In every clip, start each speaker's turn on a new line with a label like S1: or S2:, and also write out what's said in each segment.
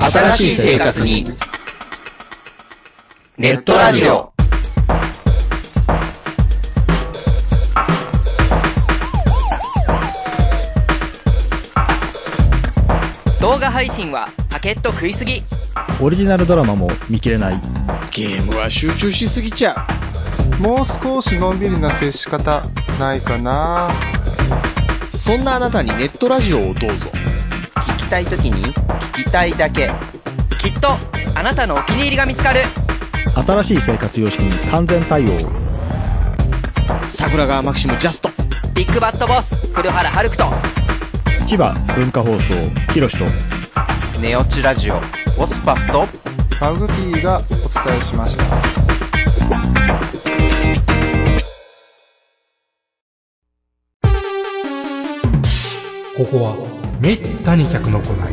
S1: 新しい生活に。ネットラジオ。
S2: 動画配信はパケット食いすぎ
S3: オリジナルドラマも見切れない。
S4: ゲームは集中しすぎちゃ
S5: もう少しのんびりな接し方ないかな
S4: うそんなあなたにネットラジオをどうぞ
S2: 聞きたいときに聞きたいだけきっとあなたのお気に入りが見つかる
S3: 新しい生活様式に完全対応。
S4: 桜川マキシムジャスト
S2: ビッグバットボス黒原遥人
S3: 千葉文化放送、ひろしと。
S2: ネオチラジオオスパフと
S5: マグピーがお伝えしました。
S6: ここはめったに客の来ない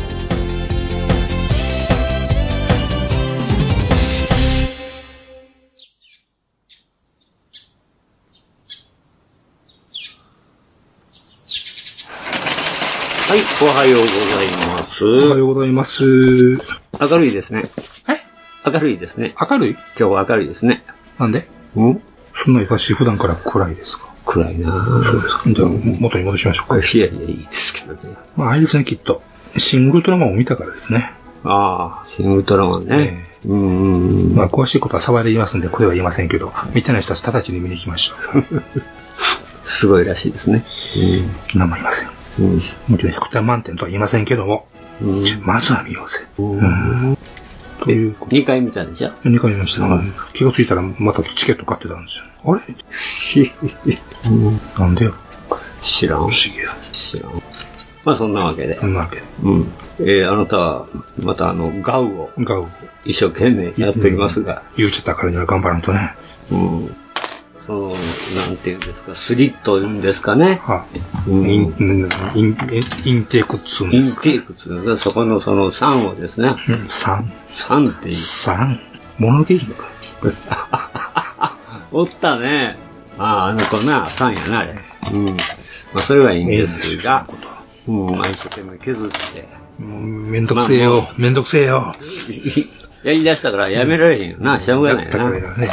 S7: はい、おはようございます。
S6: うございますえ
S7: 明るいですね。明るいですね。
S6: 明るい
S7: 今日は明るいですね。
S6: なんで
S7: ん
S6: そんな優しい普段から暗いですか
S7: 暗いな
S6: そうですか。じゃあ、元に戻しましょう
S7: ぁ。
S6: か。
S7: いやいや、いいですけどね。
S6: まあ、あれですね、きっと。シングルトラマンを見たからですね。
S7: ああ、シン・ウルトラマンね。うんうんう
S6: ま
S7: ん。
S6: あ、詳しいことは触れ言いますんで、これは言いませんけど、見てない人は直ちに見に行きましょ
S7: すごいらしいですね。
S6: う。何も言いません。
S7: うん。
S6: もちろん100点満点とは言いませんけども、
S7: うん。
S6: まずは見ようぜ。
S7: うん。
S6: ということ。
S7: 2回見たんでしょ
S6: 2回見ました、
S7: うん
S6: 気がついたらまたチケット買ってたんですよ。あれ
S7: うん
S6: なんでよ。
S7: 知らん。
S6: 不思議や。
S7: 知らん。まあそんなわけで
S6: そ。んなわけ。
S7: うん。えー、あなたは、またあの、ガウを
S6: ガウ、
S7: 一生懸命やっておりますが、
S6: 言うちゃったからには頑張らんとね。
S7: うん。その、なんていうんですか、スリット言うんですかね。
S6: は
S7: う
S6: い、
S7: ん
S6: イン、イン、インテークっつうん
S7: イン
S6: で
S7: テ
S6: すか。
S7: ークっていうのは、そこのその3をですね、
S6: うん、3。
S7: 3っていう。
S6: 3。モノゲームか。
S7: おったね。ああ、あの子な、3やな、あれ。うん。まあ、それはいいんですが、うん、まあ、一生懸命削って、
S6: うんめんどくせえよ、めんどくせえよ。
S7: やり出したからやめられへんよな、しょうがない
S6: やったか
S7: な。
S6: らね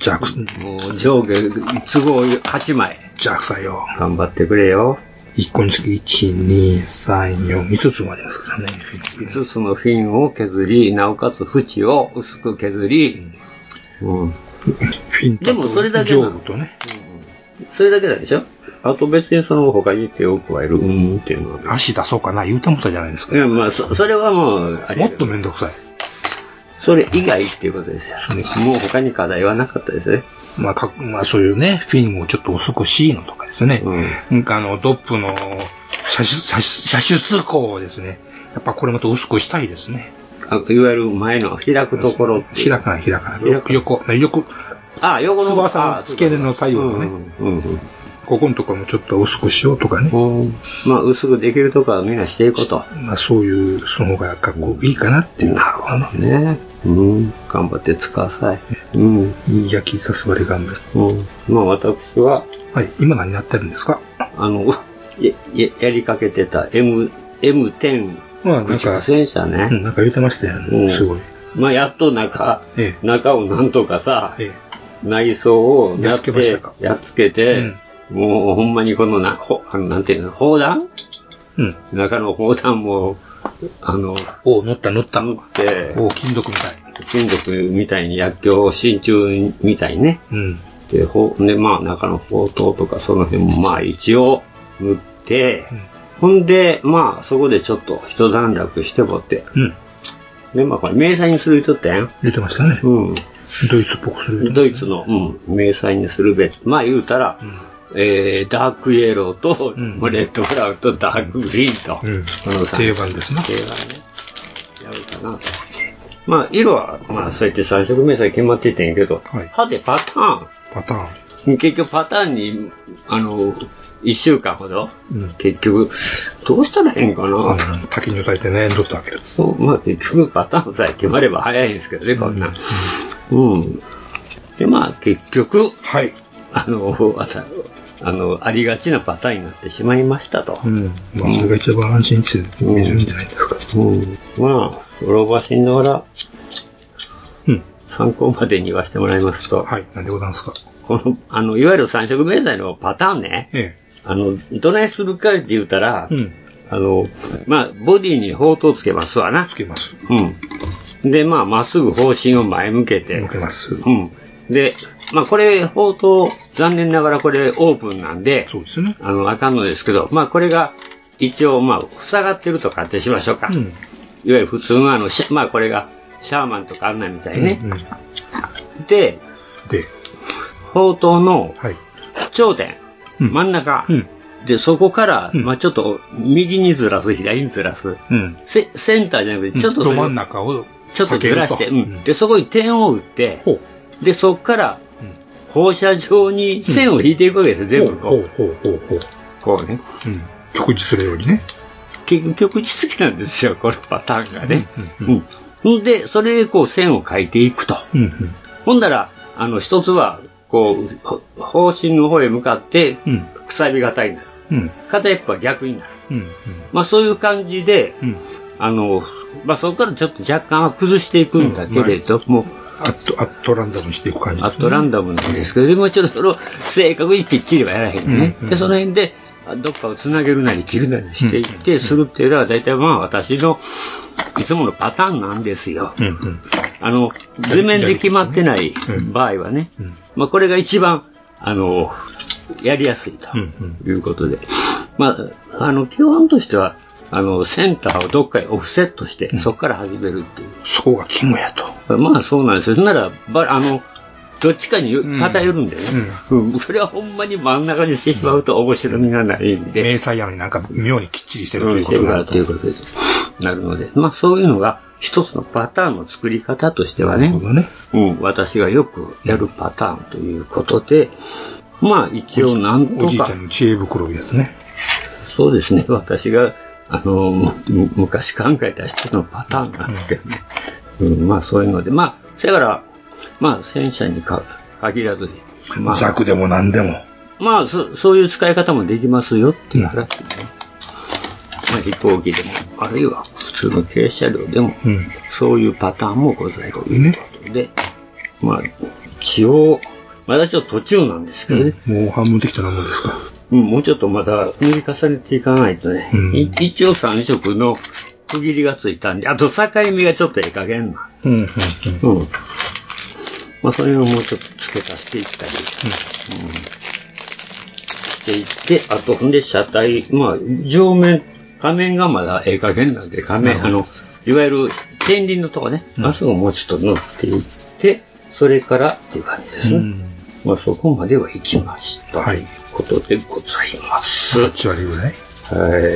S7: う
S6: 邪悪、
S7: ん。もう上下都合8枚。
S6: 邪悪さよ。
S7: 頑張ってくれよ。
S6: 1個につき、1、2、3、4、5つもありますからね。
S7: 5つのフィンを削り、なおかつ縁を薄く削り、うん。
S6: フィント
S7: でもそれだ
S6: と
S7: けな
S6: 上
S7: の
S6: 部とね、
S7: それだけなんでしょあと別にその他に手を加える、うんっていうのはね。
S6: 足出そうかな、言うたもったじゃないです
S7: い
S6: か。
S7: や、まあ、そ、それはもう、あれ
S6: も
S7: や
S6: っ
S7: け
S6: と
S7: ど
S6: めんどくさい。
S7: それ以外っていうことですよ。もう他に課題はなかったですね。
S6: まあ、かまあ、そういうね、フィンをちょっと薄くしいのとかですね。
S7: う
S6: な
S7: ん
S6: んかあの、ドップの射出、射出射出口をですね。やっぱこれまた薄くしたいですね。
S7: あいわゆる前の開くところっていう。
S6: 開かない、開かな。
S7: 開かないい
S6: 横、横、
S7: ああ、横の
S6: 翼
S7: あ
S6: 付け根の左右のね
S7: うんうん
S6: ここのところもちょっと薄くしようとかね。
S7: うんうんまあ、薄くできるとこはみんなしていこうと。
S6: まあそういう、その方がかっこいいかなっていう。なるほどね。
S7: ね。うん。頑張って使わさい。うん。
S6: いい焼きさすわれ頑張る。
S7: うん。まあ、私は、
S6: はい、今何やってるんですか
S7: あの、や、ややりかけてた M、M10
S6: まあなん
S7: 駆逐
S6: か、
S7: 戦車ね。
S6: うん、なんか言ってましたよ
S7: うん
S6: ね。すごい。
S7: まあ、やっと中、
S6: ええ
S7: 中をなんとかさ、
S6: え
S7: 内装を
S6: や
S7: や
S6: っ
S7: っ
S6: つけましてたか、
S7: やっつけて、もうほんまにこのな、ほあのなんていうの、砲弾
S6: え。うん。
S7: 中の砲弾も、あの、
S6: おう乗った乗った。
S7: 弾って、
S6: おう金属みたい。
S7: 金属みたいに薬莢、真鍮みたいにね。
S6: うん。
S7: で、ほで、まあ中の砲塔とかその辺もまあ一応塗って、
S6: うん
S7: ほんで、まあそこでちょっと一段落してもって、
S6: うん。
S7: で、まあこれ迷彩にする人ってん。
S6: 言ってましたね。
S7: うん。
S6: ドイツっぽくする。
S7: ドイツの、うん、迷彩にするべき。まあ言うたら、えー、ダークイエローと、
S6: うん
S7: まあレッドブラウンとダークグリーンと、
S6: うん
S7: この三
S6: 定番ですな
S7: 定番ね。やるかなと。まあ色は、まあそうやって三色迷彩決まっててんやけど、
S6: はい
S7: 派手パターン、
S6: パターン。
S7: 結局パターンに、あの、一週間ほど、
S8: うん
S7: 結局、どうしたらいいんかな、
S8: 滝に打たれてね、どっと開ける。
S7: そう、まあ結局パターンさえ決まれば早いんですけどね、こんな。うん。で、まあ結局、
S8: はい。
S7: あの、あたあの、ありがちなパターンになってしまいましたと。
S8: うん。まあ、それが一番安心して見れるんじゃないですか。
S7: うん。まあ、老婆しながら
S8: うん。
S7: 参考までに言わせてもらいますと、
S8: はい。なんでございますか。
S7: この、あの、いわゆる三色明細のパターンね、
S8: え
S7: あの、どないするかって言うたら、
S8: え。うん。
S7: あの、まあ、ボディに砲塔つけますわな
S8: つ。けます。
S7: うん。で、まあ、まっすぐ方針を前向けて、
S8: 向けます。
S7: うん。で、まあ、これ、砲塔、残念ながらこれオープンなんで、
S8: そうですね。
S7: あの、あかんのですけど、まあ、これが、一応、まあ、塞がってるとかってしましょうか。
S8: う
S7: いわ
S8: ん。
S7: ゆる普通のあの、シャまあ、これが、シャーマンとかあんなみたいね。
S8: うんうん
S7: で、
S8: で、
S7: 砲塔の
S8: はい。
S7: 頂点、
S8: うん
S7: 真ん中、
S8: うん。
S7: で、そこから、
S8: うん
S7: まあ、ちょっと、右にずらす、左にずらす。
S8: うん。
S7: セセンターじゃなくて、ちょっと
S8: ど
S7: それ、
S8: 真ん中を
S7: ちょっと
S8: 避け
S7: ず
S8: る
S7: らして、う。
S8: うんん。
S7: で、そこに点を打って、
S8: ほう。
S7: で、そこから
S8: うん
S7: 放射状に線を引いていくわけです、全部
S8: ほ
S7: こ
S8: うほうほうほう。
S7: う。こうね。
S8: うん。局地するようにね。
S7: 結局、地好きなんですよ、このパターンがね。
S8: う
S7: うん
S8: うん
S7: ん。ほんで、それでこう線を書いていくと。
S8: うんうん。
S7: ほんだら、あの、一つは、こう、ほ方針の方へ向かって
S8: うん、
S7: 鎖型になる。
S8: うん。
S7: 片一方は逆になる。
S8: うん。
S7: まあ、そういう感じで、
S8: うん。
S7: あの、まあ、そこからちょっと若干は崩していくんだけれども、
S8: アット、アットランダムにしていく感じ
S7: ア
S8: です
S7: ットランダムなんですけど、でもちょっとそれを正確にきっちりはやらへんですね。
S8: うんうん
S7: で、その辺で、あどっかをつなげるなり切るなりしていって、するっていうのは、大体まあ私のいつものパターンなんですよ。
S8: うんうん。
S7: あの、図面で決まってない
S8: うん
S7: 場合はね、
S8: うん
S7: まあこれが一番、あの、やりやすいと
S8: うん
S7: いうことで、まあ、あの、基本としては、あの、センターをどっかへオフセットして、そこから始めるっていう。
S8: そこが肝やと。
S7: まあそうなんですよ。ならば、あの、どっちかに偏るんでね、うんそれはほんまに真ん中にしてしまうと面白みがないんで、
S8: 迷彩やのになんか妙にきっちりしてると
S7: う
S8: い
S7: ん
S8: う
S7: し
S8: こ
S7: て
S8: と
S7: るか
S8: があ
S7: ら
S8: る
S7: ということです。なるので、まあそういうのが一つのパターンの作り方としてはね、
S8: ほどね。
S7: うん、私がよくやるパターンということで、まあ一応なんと
S8: おじい
S7: か
S8: ちゃ、んの知恵袋ですね。
S7: そうですね、 私が、あの、む昔考えた人のパターンなんですけどね。うん、まあそういうので、まあ、せやから、まあ戦車にか限らず、ま
S8: ザ
S7: あ、
S8: クでも何でも。
S7: まあそ、そういう使い方もできますよっていう話ね。まあ飛行機でも、あるいは普通の軽車両でも、
S8: うん。
S7: そういうパターンもございます。
S8: ね。
S7: で、まあ、一応、まだちょっと途中なんですけどね、
S8: もう半分できたようなもんですか。
S7: うん、もうちょっとまだ塗り重ねていかないとね、
S8: うん
S7: い一応3色の区切りがついたんで、あと境目がちょっとええ加減な。
S8: うんうん
S7: うん。まあ、それをもうちょっと付け足していったり、うんしていって、あと、ほんで車体、まあ、上面、仮面がまだええ加減なんで、仮面、あの、いわゆる天輪のとこね、まっすぐもうちょっと乗っていって、それからっていう感じですね。
S8: うん。
S7: まあ、そこまでは行きました。
S8: はい
S7: ということでございます。はい。
S8: 8割ぐらい。
S7: と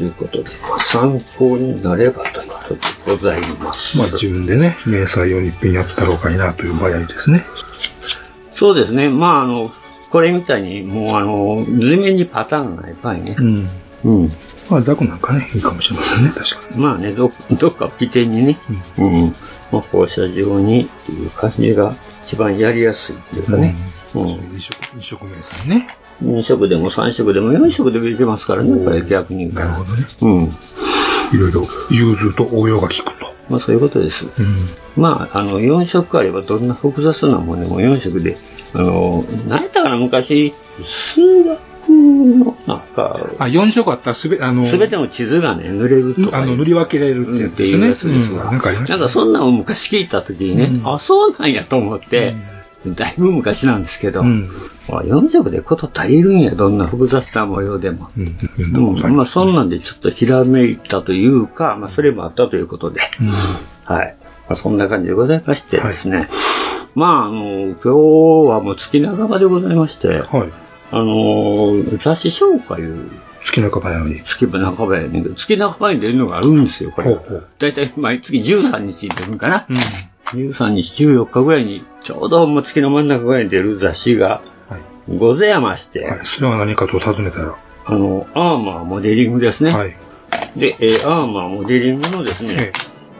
S7: いうことで、まあ、参考になればということでございます。
S8: まあ自分でね、迷彩用に一品やったろうかいなという場合ですね。
S7: そうですね。まあ、あの、これみたいに、もう、あの、図面にパターンがない場合ね。
S8: ん。
S7: うん。
S8: まあザクなんかね、いいかもしれませんね、確か
S7: まあね、ど、どっか起点にね、うん。まあ、放射状にっていう感じが一番やりやすいっていうかね。うん。
S8: に。二色、二色迷彩ね。
S7: 2色でも3色でも4色でもいけますからね、これ逆に言う
S8: なるほ
S7: と。
S8: どね。
S7: うん。
S8: いろいろ融通と応用が効くと。
S7: まあそういうことです。
S8: うん。
S7: まあ、あの、4色あればどんな複雑なものでも4色で、あの、何やったかな、昔、数学の、なんか、
S8: あ、4色あったらすべ、あの、
S7: すべての地図がね、塗れるとかい
S8: あ
S7: う。
S8: の、塗り分けられるってや
S7: っ
S8: つ
S7: て
S8: です
S7: いう
S8: ね。
S7: やつですわ
S8: うんなんかありました
S7: な
S8: ね
S7: んかそんなのを昔聞いた時にね、
S8: うん
S7: あ、そうなんやと思って、だいぶ昔なんですけど、
S8: うん
S7: あ4色でこと足りるんや、どんな複雑な模様でも。
S8: うん。うん
S7: うんまあそんなんでちょっとひらめいたというか、まあそれもあったということで、はい。まあ、そんな感じでございましてですね。まあ、あの、今日はもう月半ばでございまして、
S8: はい。
S7: あの、雑誌紹介を
S8: 月の中ように。
S7: 月半ばやねんけど、月半ばに出るのがあるんですよ、これ
S8: ほうほう。
S7: だいたい毎月13日に出るんかな。
S8: うん。
S7: 13日、14日ぐらいに、ちょうどもう月の真ん中ぐらいに出る雑誌が、ございまして、
S6: はい。それは何かと尋ねたら。
S7: あの、アーマーモデリングですね。
S6: はい。
S7: で、えーアーマーモデリングのですね、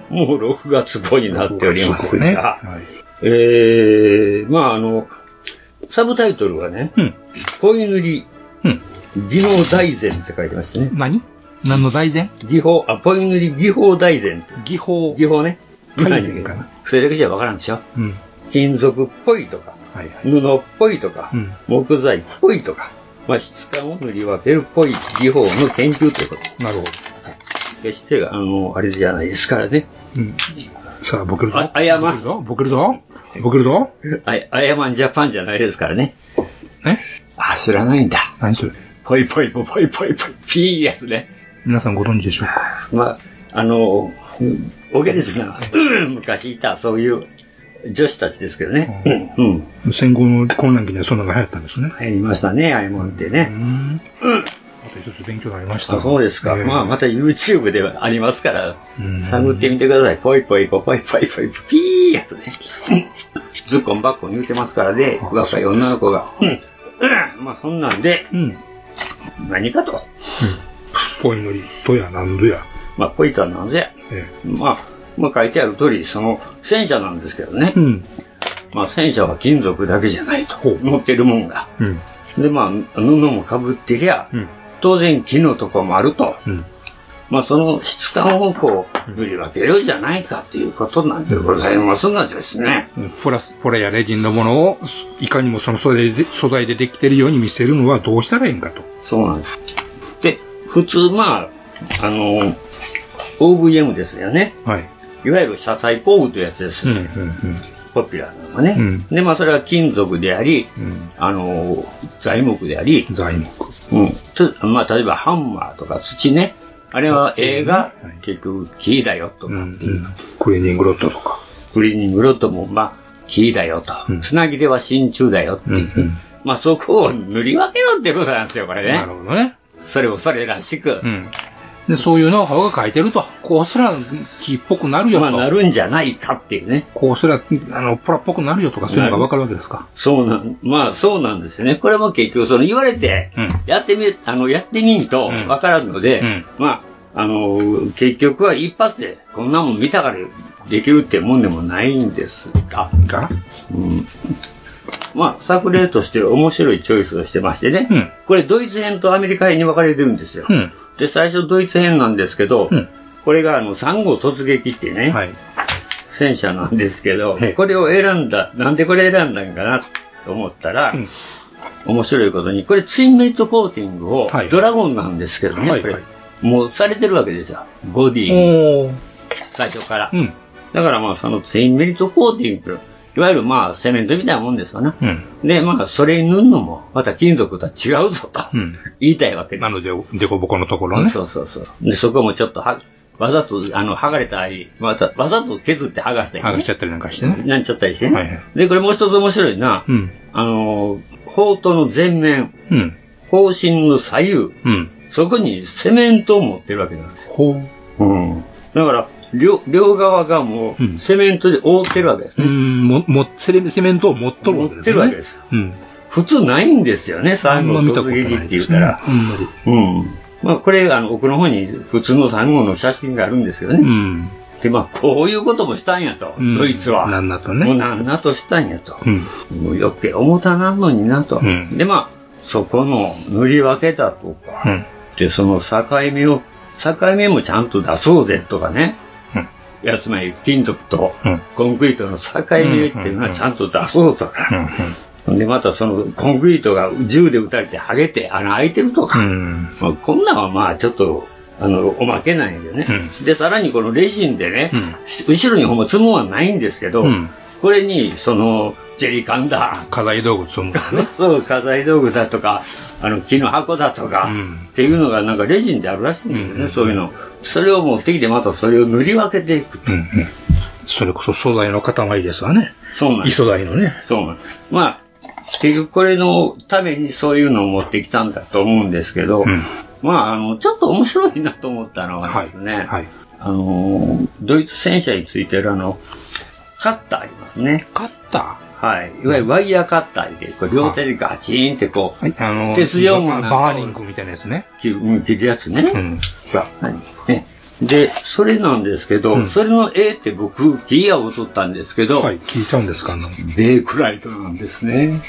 S7: もう6月号になっておりますが、
S6: ね。はい。
S7: えー、まああの、サブタイトルはね、
S6: うん。
S7: 恋塗り、
S6: うん。
S7: 技能大全って書いてましたね。
S6: 何何の大善
S7: 技法、あ、恋塗り技法大全って。
S6: 技法。
S7: 技法ね。
S6: 大全かな。
S7: それだけじゃわからんでしょ
S6: うん。
S7: 金属っぽいとか、
S6: はいはい。
S7: 布っぽいとか、
S6: うん
S7: 木材っぽいとか、まあ、質感を塗り分けるっぽい技法の研究ということ。
S6: なるほど。
S7: 決して、あの、あれじゃないですからね。
S6: うん。さあ、ボケるぞ
S7: あ。謝
S6: ボケるぞ。ボケるぞ。ボケるぞ。
S7: あや、あやまんジャパンじゃないですからね。
S6: え
S7: あ、知らないんだ。
S6: 何それ
S7: ぽいぽいぽいぽいぽいぽい。ピーやつね。
S6: 皆さんご存知でしょうか
S7: まあ、あの、おげですな、うん昔いたそういう女子たちですけどね。うん。うん、
S6: 戦後の混乱期にはそんなのが流行ったんですね。
S7: 入りましたね、あやまんって
S6: う
S7: ね。
S6: ん。あと一つ勉強になりました。
S7: あそうですか。
S6: ええ
S7: まあ、また YouTube ではありますから
S6: うん、
S7: 探ってみてください。ぽいぽいぽいぽいぽいぽい、ピーやつね。ズッコンバッコン言うてますからね、
S6: あ
S7: 若い女の子が。うんうんまあ、そんなんで、
S6: うん。うん。
S7: 何かと。
S6: 恋のり、とやなんどや。
S7: まあ、ポイタンなんで、
S6: え
S7: まあ、まあ、書いてある通り、その、戦車なんですけどね
S6: え。うん。
S7: まあ、戦車は金属だけじゃないと。
S6: ほう
S7: 持ってるもんが。
S6: うん。
S7: で、まあ、布も被ってりゃ、
S6: うん。
S7: 当然木のとこもあると。
S6: うん。
S7: まあ、その質感をこう、塗り分けようじゃないかということなんでございますがですね。
S6: プラス、プラやレジンのものを、いかにもその素材で素材でできてるように見せるのはどうしたらいいんかと。
S7: そうなんです。で、普通、まあ、あの、OVM ですよね。
S6: はい。
S7: いわゆる車載工具というやつです。
S6: うん、うん、うん。
S7: ポピュラーなのがね。
S6: うん
S7: で、まあ、それは金属であり、
S6: うん
S7: あの、材木であり、
S6: 材木。
S7: うん。とまあ、例えばハンマーとか土ね。あれは映画
S6: はい、
S7: 結局木だよと
S6: う
S7: か、
S6: ん、うん。クリーニングロットとか。
S7: クリーニングロッドもまあ木だよと
S6: うん、
S7: つなぎでは真鍮だよって
S6: うん、う
S7: いう。
S6: ん。
S7: まあそこを塗り分けろってことなんですよ、これ
S6: なる
S7: ね。
S6: ほどね。
S7: それをそれらしく。
S6: うん。で、そういうノウハウが書いてると。こうすら木っぽくなるよ
S7: ま
S6: と。
S7: あなるんじゃないかっていうね。
S6: こうすら、あの、プラっぽくなるよとかそういうのがわかるわけですか。
S7: そうなん、まあそうなんですよね。これも結局その言われて
S6: うん、
S7: やってみ、あの、やってみんと
S6: うん
S7: わからんので、
S6: うん
S7: まあ、あの、結局は一発でこんなもん見たからできるってもんでもないんですが、
S6: が
S7: うんまあ、作例として面白いチョイスをしてましてね、
S6: うん
S7: これドイツ編とアメリカ編に分かれてるんですよ。
S6: うん。
S7: で、最初ドイツ編なんですけど、
S6: うん
S7: これがあの3号突撃ってね、
S6: はい。
S7: 戦車なんですけど
S6: ええ、
S7: これを選んだ、なんでこれ選んだんかなと思ったら、
S6: うん
S7: 面白いことに、これツインメイトコーティングを
S6: はい
S7: ドラゴンなんですけどね、
S6: はい
S7: これ
S6: はい
S7: もうされてるわけですよ。ボディに
S6: おー。
S7: 最初から。
S6: うん。
S7: だからまあそのツインメリットコーティング、いわゆるまあセメントみたいなもんですよね。
S6: うん。
S7: で、まあそれに塗るのも、また金属とは違うぞと、
S6: うん
S7: 言いたいわけです
S6: な。ので、デコボコのところね。
S7: そうそうそう。で、そこもちょっとは、わざと、あの、剥がれたり、わざわざと削って剥がしたり、ね。
S6: 剥がしちゃったりなんかしてね。
S7: なんちゃったりして
S6: はいはい
S7: ね。で、これもう一つ面白いな。
S6: うん。
S7: あのー、砲塔の前面、
S6: うん。
S7: 砲身の左右、
S6: うん。
S7: そこにセメントを持ってるわけなんですよ。
S6: ほう。
S7: うん。だから、両、両側がも
S6: うん
S7: う、セメントで覆ってるわけです。
S6: うん、も、も、セレセメントを持っとるわけですね。
S7: 持ってるわけです
S6: うん。
S7: 普通ないんですよね、
S6: あ
S7: 3
S6: ん
S7: 号
S6: ま見たこと
S7: 突撃
S6: な
S7: っ
S6: い
S7: て
S6: で
S7: 言っ
S6: すね。
S7: たら。
S6: あんまり。
S7: うん。まあ、これ、あの、奥の方に普通の3号の写真があるんですよね。
S6: うん。
S7: で、まあ、こういうこともしたんやと、
S6: うん
S7: ドイツは。
S6: なんだとね
S7: もうなんなとしたんやと。
S6: うん。
S7: もう余計重たなんのになと。
S6: うん
S7: で、まあ、そこの塗り分けだとか、
S6: うん。
S7: で、その境目を、境目もちゃんと出そうぜとかね。
S6: うん。
S7: いやつまり、金属と
S6: うん
S7: コンクリートの境目っていうのはちゃんと出そうと
S6: う
S7: か。
S6: ん。
S7: で、またそのコンクリートが銃で撃たれて剥げて穴開いてるとか。
S6: うん。
S7: まあ、こんなんはまあちょっと、あの、おまけなんやけどね。で、さらにこのレジンでね、
S6: うん
S7: し後ろにほんま積むはないんですけど、
S6: うん
S7: これに、その、ジェリカンだ、
S6: 家財道具積む。
S7: そう、家財道具だとか、あの、木の箱だとか、
S6: うん
S7: っていうのがなんかレジンであるらしいんですよね、
S6: うん
S7: そういうの。それを持ってきて、またそれを塗り分けていく。
S6: うん。うん。それこそ素材の塊ですわね。
S7: そうなんで
S6: 異
S7: す。
S6: 素材のね。
S7: そうなんです。まあ、結局これのためにそういうのを持ってきたんだと思うんですけど、
S6: うん
S7: まあ、あの、ちょっと面白いなと思ったのはですね、
S6: はい。
S7: あのー、ドイツ戦車についてるあの、カッターありますね。
S9: カッタ
S7: はい。いわゆるワイヤーカッターで、こう両手でガチンってこう、
S9: ーあの、
S7: 手筋をもうなんか
S6: バーニングみたいなやつね。
S7: 切るうん切るやつね。
S6: うん。
S7: が、ねで、それなんですけど、
S6: うん
S7: それの絵って僕、ギアを取ったんですけど、
S6: はい、聞いちゃうんですかあの
S7: ベイクライトなんですね。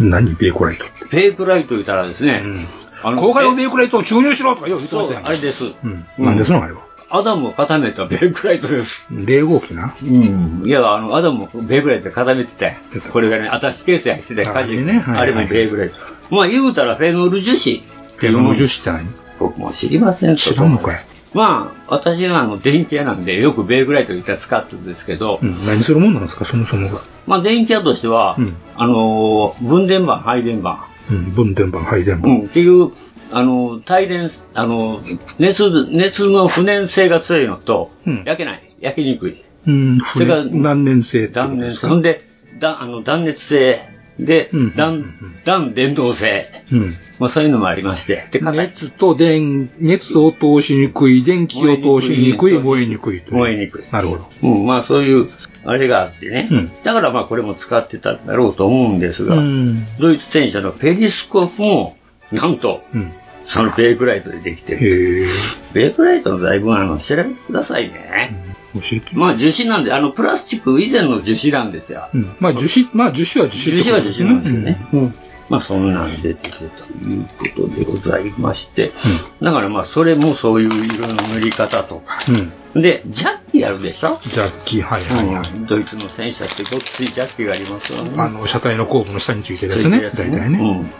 S6: 何ベーコライトって。
S7: ベイクライト言ったらですね、
S6: うん
S7: あ
S9: 公開をベ
S7: イ
S9: ークライトを注入しろとかよう言ってま
S7: そ
S9: し
S7: う、
S9: た
S7: あれ
S9: よね。
S7: です。
S6: うん。何ですのあれは。
S7: アダムを固めたベイクライトです。
S6: 0号機な。
S7: うん。いや、あの、アダムをベイクライトで固めてたよ
S6: です
S7: これがね、アタッシュケースやしてたよ
S6: あ
S7: 火事
S6: れねはい
S7: あれもベイクライト。まあ、言うたらフェノール樹脂って
S6: ペ
S7: いう
S6: ロ
S7: も
S6: の
S7: の
S6: 樹脂って何
S7: 僕も知りません
S6: 知らんのかい。
S7: まあ、私はあの電気屋なんで、よくベイクライト実は使ってるんですけど、
S6: うん。何するもんなんですかそもそもが。
S7: まあ、電気屋としては、
S6: うん
S7: あのー、分電盤、配電盤、
S6: うん。分電盤、配電
S7: う
S6: 盤。
S7: ん、っていう、あのー、帯電、あのー、熱、熱の不燃性が強いのと、
S6: うん
S7: 焼けない、焼けにくい、
S6: うん。
S7: それから
S6: 何年生ってこと
S7: 断
S6: で
S7: 熱
S6: す
S7: 性、
S6: か
S7: ほんで、だあの断熱性、で
S6: うん、
S7: 断、断電動性、
S6: うん。
S7: まあ、そういうのもありまして、で、硬い。
S6: 熱と電、熱を通しにくい、電気を通しにくい、燃えにくいという。
S7: 燃えにくい
S6: なるほど。
S7: うん、まあそういう、あれがあってね、
S6: うん
S7: だからまあこれも使ってたんだろうと思うんですが、
S6: うん。
S7: ドイツ戦車のペリスコープも、なんと、
S6: うん。
S7: そのベイクライトでできてる。
S6: へえ。
S7: ベイクライトの材分はあの調べてくださいね。
S6: 教えて。
S7: まあ樹脂なんで、あのプラスチック以前の樹脂なんですよ。
S6: うん。まあ樹脂、まあ樹脂は樹
S7: 樹
S6: 脂。
S7: 脂は樹脂なんですよね。
S6: う
S7: うんまあそんなんで出てるということでございまして、だからまあそれもそういう色の塗り方とか。
S6: ん。うん。
S7: で、ジャッキやるでしょ、
S6: ジャッキ、はいはいはい。
S7: ドイツの戦車ってごっついジャッキがありますよね。
S6: あの、車体の後部の下についてるやつね。大体ね。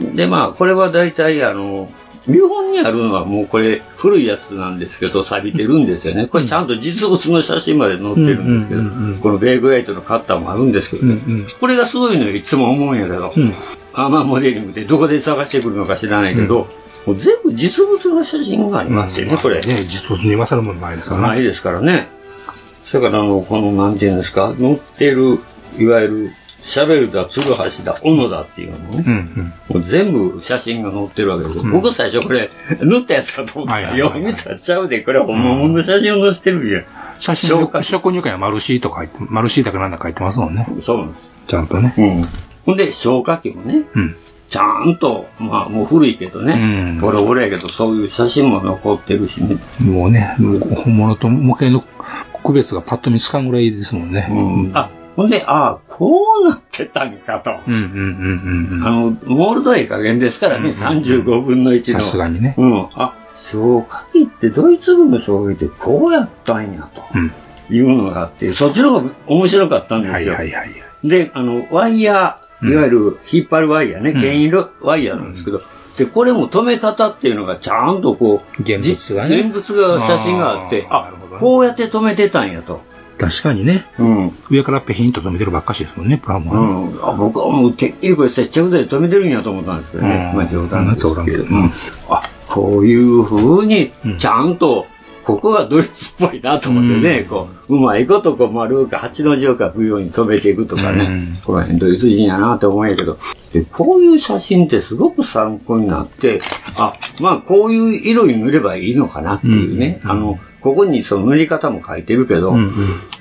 S7: うん。で、まあ、これは大体、あの、見本にあるのはもうこれ古いやつなんですけど、錆びてるんですよね。これちゃんと実物の写真まで載ってるんですけど、
S6: うんうんうんうん
S7: このベイグライトのカッターもあるんですけど
S6: うんう
S7: ね。
S6: ん。
S7: これがすごいのよ、いつも思うんやけど。
S6: うん。
S7: アーマーモデリングでどこで探してくるのか知らないけど、もう全部実物の写真がありましてね、これ。
S6: ね、実物に勝るもんないですから
S7: ないですからね。それからあの、この、なんていうんですか、乗ってる、いわゆる、シャベルだ、ツルハシだ、オノだっていうのも
S6: う
S7: ね、
S6: ん
S7: もう全部写真が載ってるわけですよ。
S6: うん
S7: 僕最初これ、塗ったやつかと思った
S6: はいは
S7: ら、
S6: いはい
S7: よ
S6: は
S7: う
S6: い
S7: 見たらちゃうで、これは本物の写真を載せてるじゃ
S6: うん。写真
S7: 消
S6: の
S7: 化
S6: 食入会はマルシーとか書いて、マルシーだかなんだか書いてますもんね。
S7: ん。そうなんで
S6: ちゃんとね
S7: す。。うん。ほんで、消火器もね、
S6: うん。
S7: ちゃんと、まあもう古いけど
S6: うん
S7: ね、ボロボロやけど、そういう写真も残ってるしね。
S6: もうね、もう本物と模型の区別がパッと見つかんぐらいですもんね。
S7: うん。あ、ほんで、ああ、こうなってたんかと。
S6: うんうんうんうんう
S7: あ
S6: ん。
S7: の、モールドい加減ですからね、35分の1の。
S6: さすがにね。
S7: うん。あ、消火器って、ドイツ軍の消火器ってこうやったんや
S6: うん。
S7: というのがあって、そっちの方が面白かったんですよ。
S6: はいはいはい。
S7: で、あの、ワイヤ
S6: うん
S7: ー、いわゆる引っ張るワイヤーね、
S6: うん
S7: 原因ワイヤーなんですけど、で、これも止め方っていうのがちゃんとこう、
S6: 現物がね
S7: じ現物が写真があって、
S6: あーな
S7: あ
S6: るほどね
S7: こうやって止めてたんやと。
S6: 確かにね、
S7: うん。
S6: 上からペヒンと止めてるばっかしですもんね、プラモは
S7: う
S6: ね。
S7: ん、あ僕はもうてっきりこれ接着剤で止めてるんやと思ったんですけどね、
S6: うん
S7: まあ冗談なんですけど、
S6: うん冗談
S7: あこういうふうに
S6: うん
S7: ちゃんと、ここがドイツっぽいなと思ってね、
S6: うん
S7: こううまいことこう丸く八の字を書くように止めていくとかね、
S6: うん
S7: この辺ドイツ人やなと思うんやけどで、こういう写真ってすごく参考になって、あまあこういう色に塗ればいいのかなっていうね、
S6: うん
S7: あのここにその塗り方も書いてるけど、
S6: うんうん。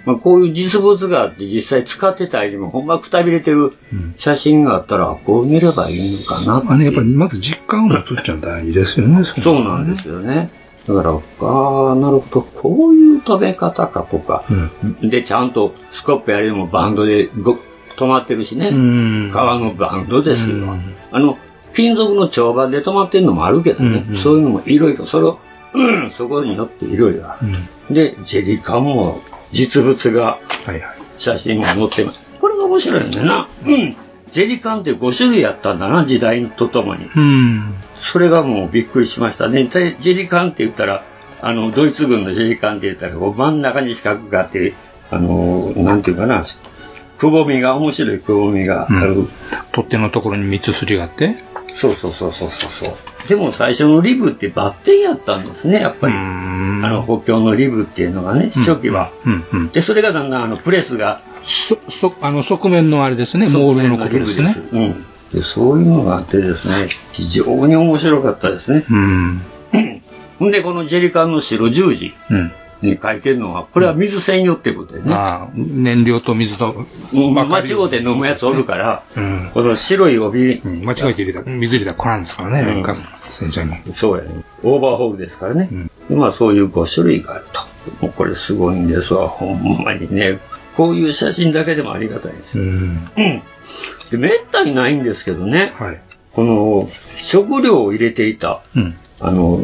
S7: まあ、こういう実物があって実際使ってたよりもほんまくたびれてる写真があったらこう見ればいいのかなっていう
S6: あね、やっぱりまず実感を持つっちゃ大事ですよね。そ
S7: そうなんですよねだからああなるほどこういう食べ方かとか
S6: う、ん。
S7: でちゃんとスコップやりでもバンドでご止まってるしね、
S6: うん
S7: 革のバンドですよ、
S6: うん
S7: あの金属の長板で止まってるのもあるけどね、
S6: うんうん
S7: そういうのもいろいろそれを、うんそこによっていろいろあ
S6: うん。
S7: るでジェリカンも実物が
S6: はいはい。
S7: 写真も載ってます。これが面白いんだよな。うん。ジェリカンって5種類あったんだな、時代とともに。
S6: うん。
S7: それがもうびっくりしましたね。でジェリカンって言ったら、あの、ドイツ軍のジェリカンって言ったら、こう真ん中に四角があって、あの、なんていうかな、くぼみが、面白いくぼみがある。
S6: うん取っ手のところに三つ筋があって、
S7: そうそうそうそうそうそう。でも最初のリブってバッテンやったんですね、やっぱり。あ
S6: あ
S7: の、、補強のリブっていうのがね、
S6: うん
S7: 初期は。
S6: うんうん。
S7: で、それがだんだんあの、プレスが
S6: そ、そ、あの、側面のあれですね、モールのことですね。
S7: うんでそういうのがあってですね、非常に面白かったですね。
S6: うん。
S7: ほんで、このジェリカンの白十字。
S6: うん。
S7: に書いてるのは、これは水専用っていうことでね。
S6: ああ、燃料と水と、
S7: うん間
S6: ま
S7: 違うて飲むやつおるから、
S6: うん
S7: この白い帯、
S6: うん間違えて入れた、水入れたら来ないんですからね、
S7: うん
S6: ガス洗車に。
S7: そうやね。オーバーホールですからね。
S6: うん
S7: でまあそういう5種類があると。もうこれすごいんですわ、ほんまにね。こういう写真だけでもありがたいです。
S6: うん。
S7: でめったにないんですけどね、
S6: はい。
S7: この食料を入れていた、
S6: うん。
S7: あの、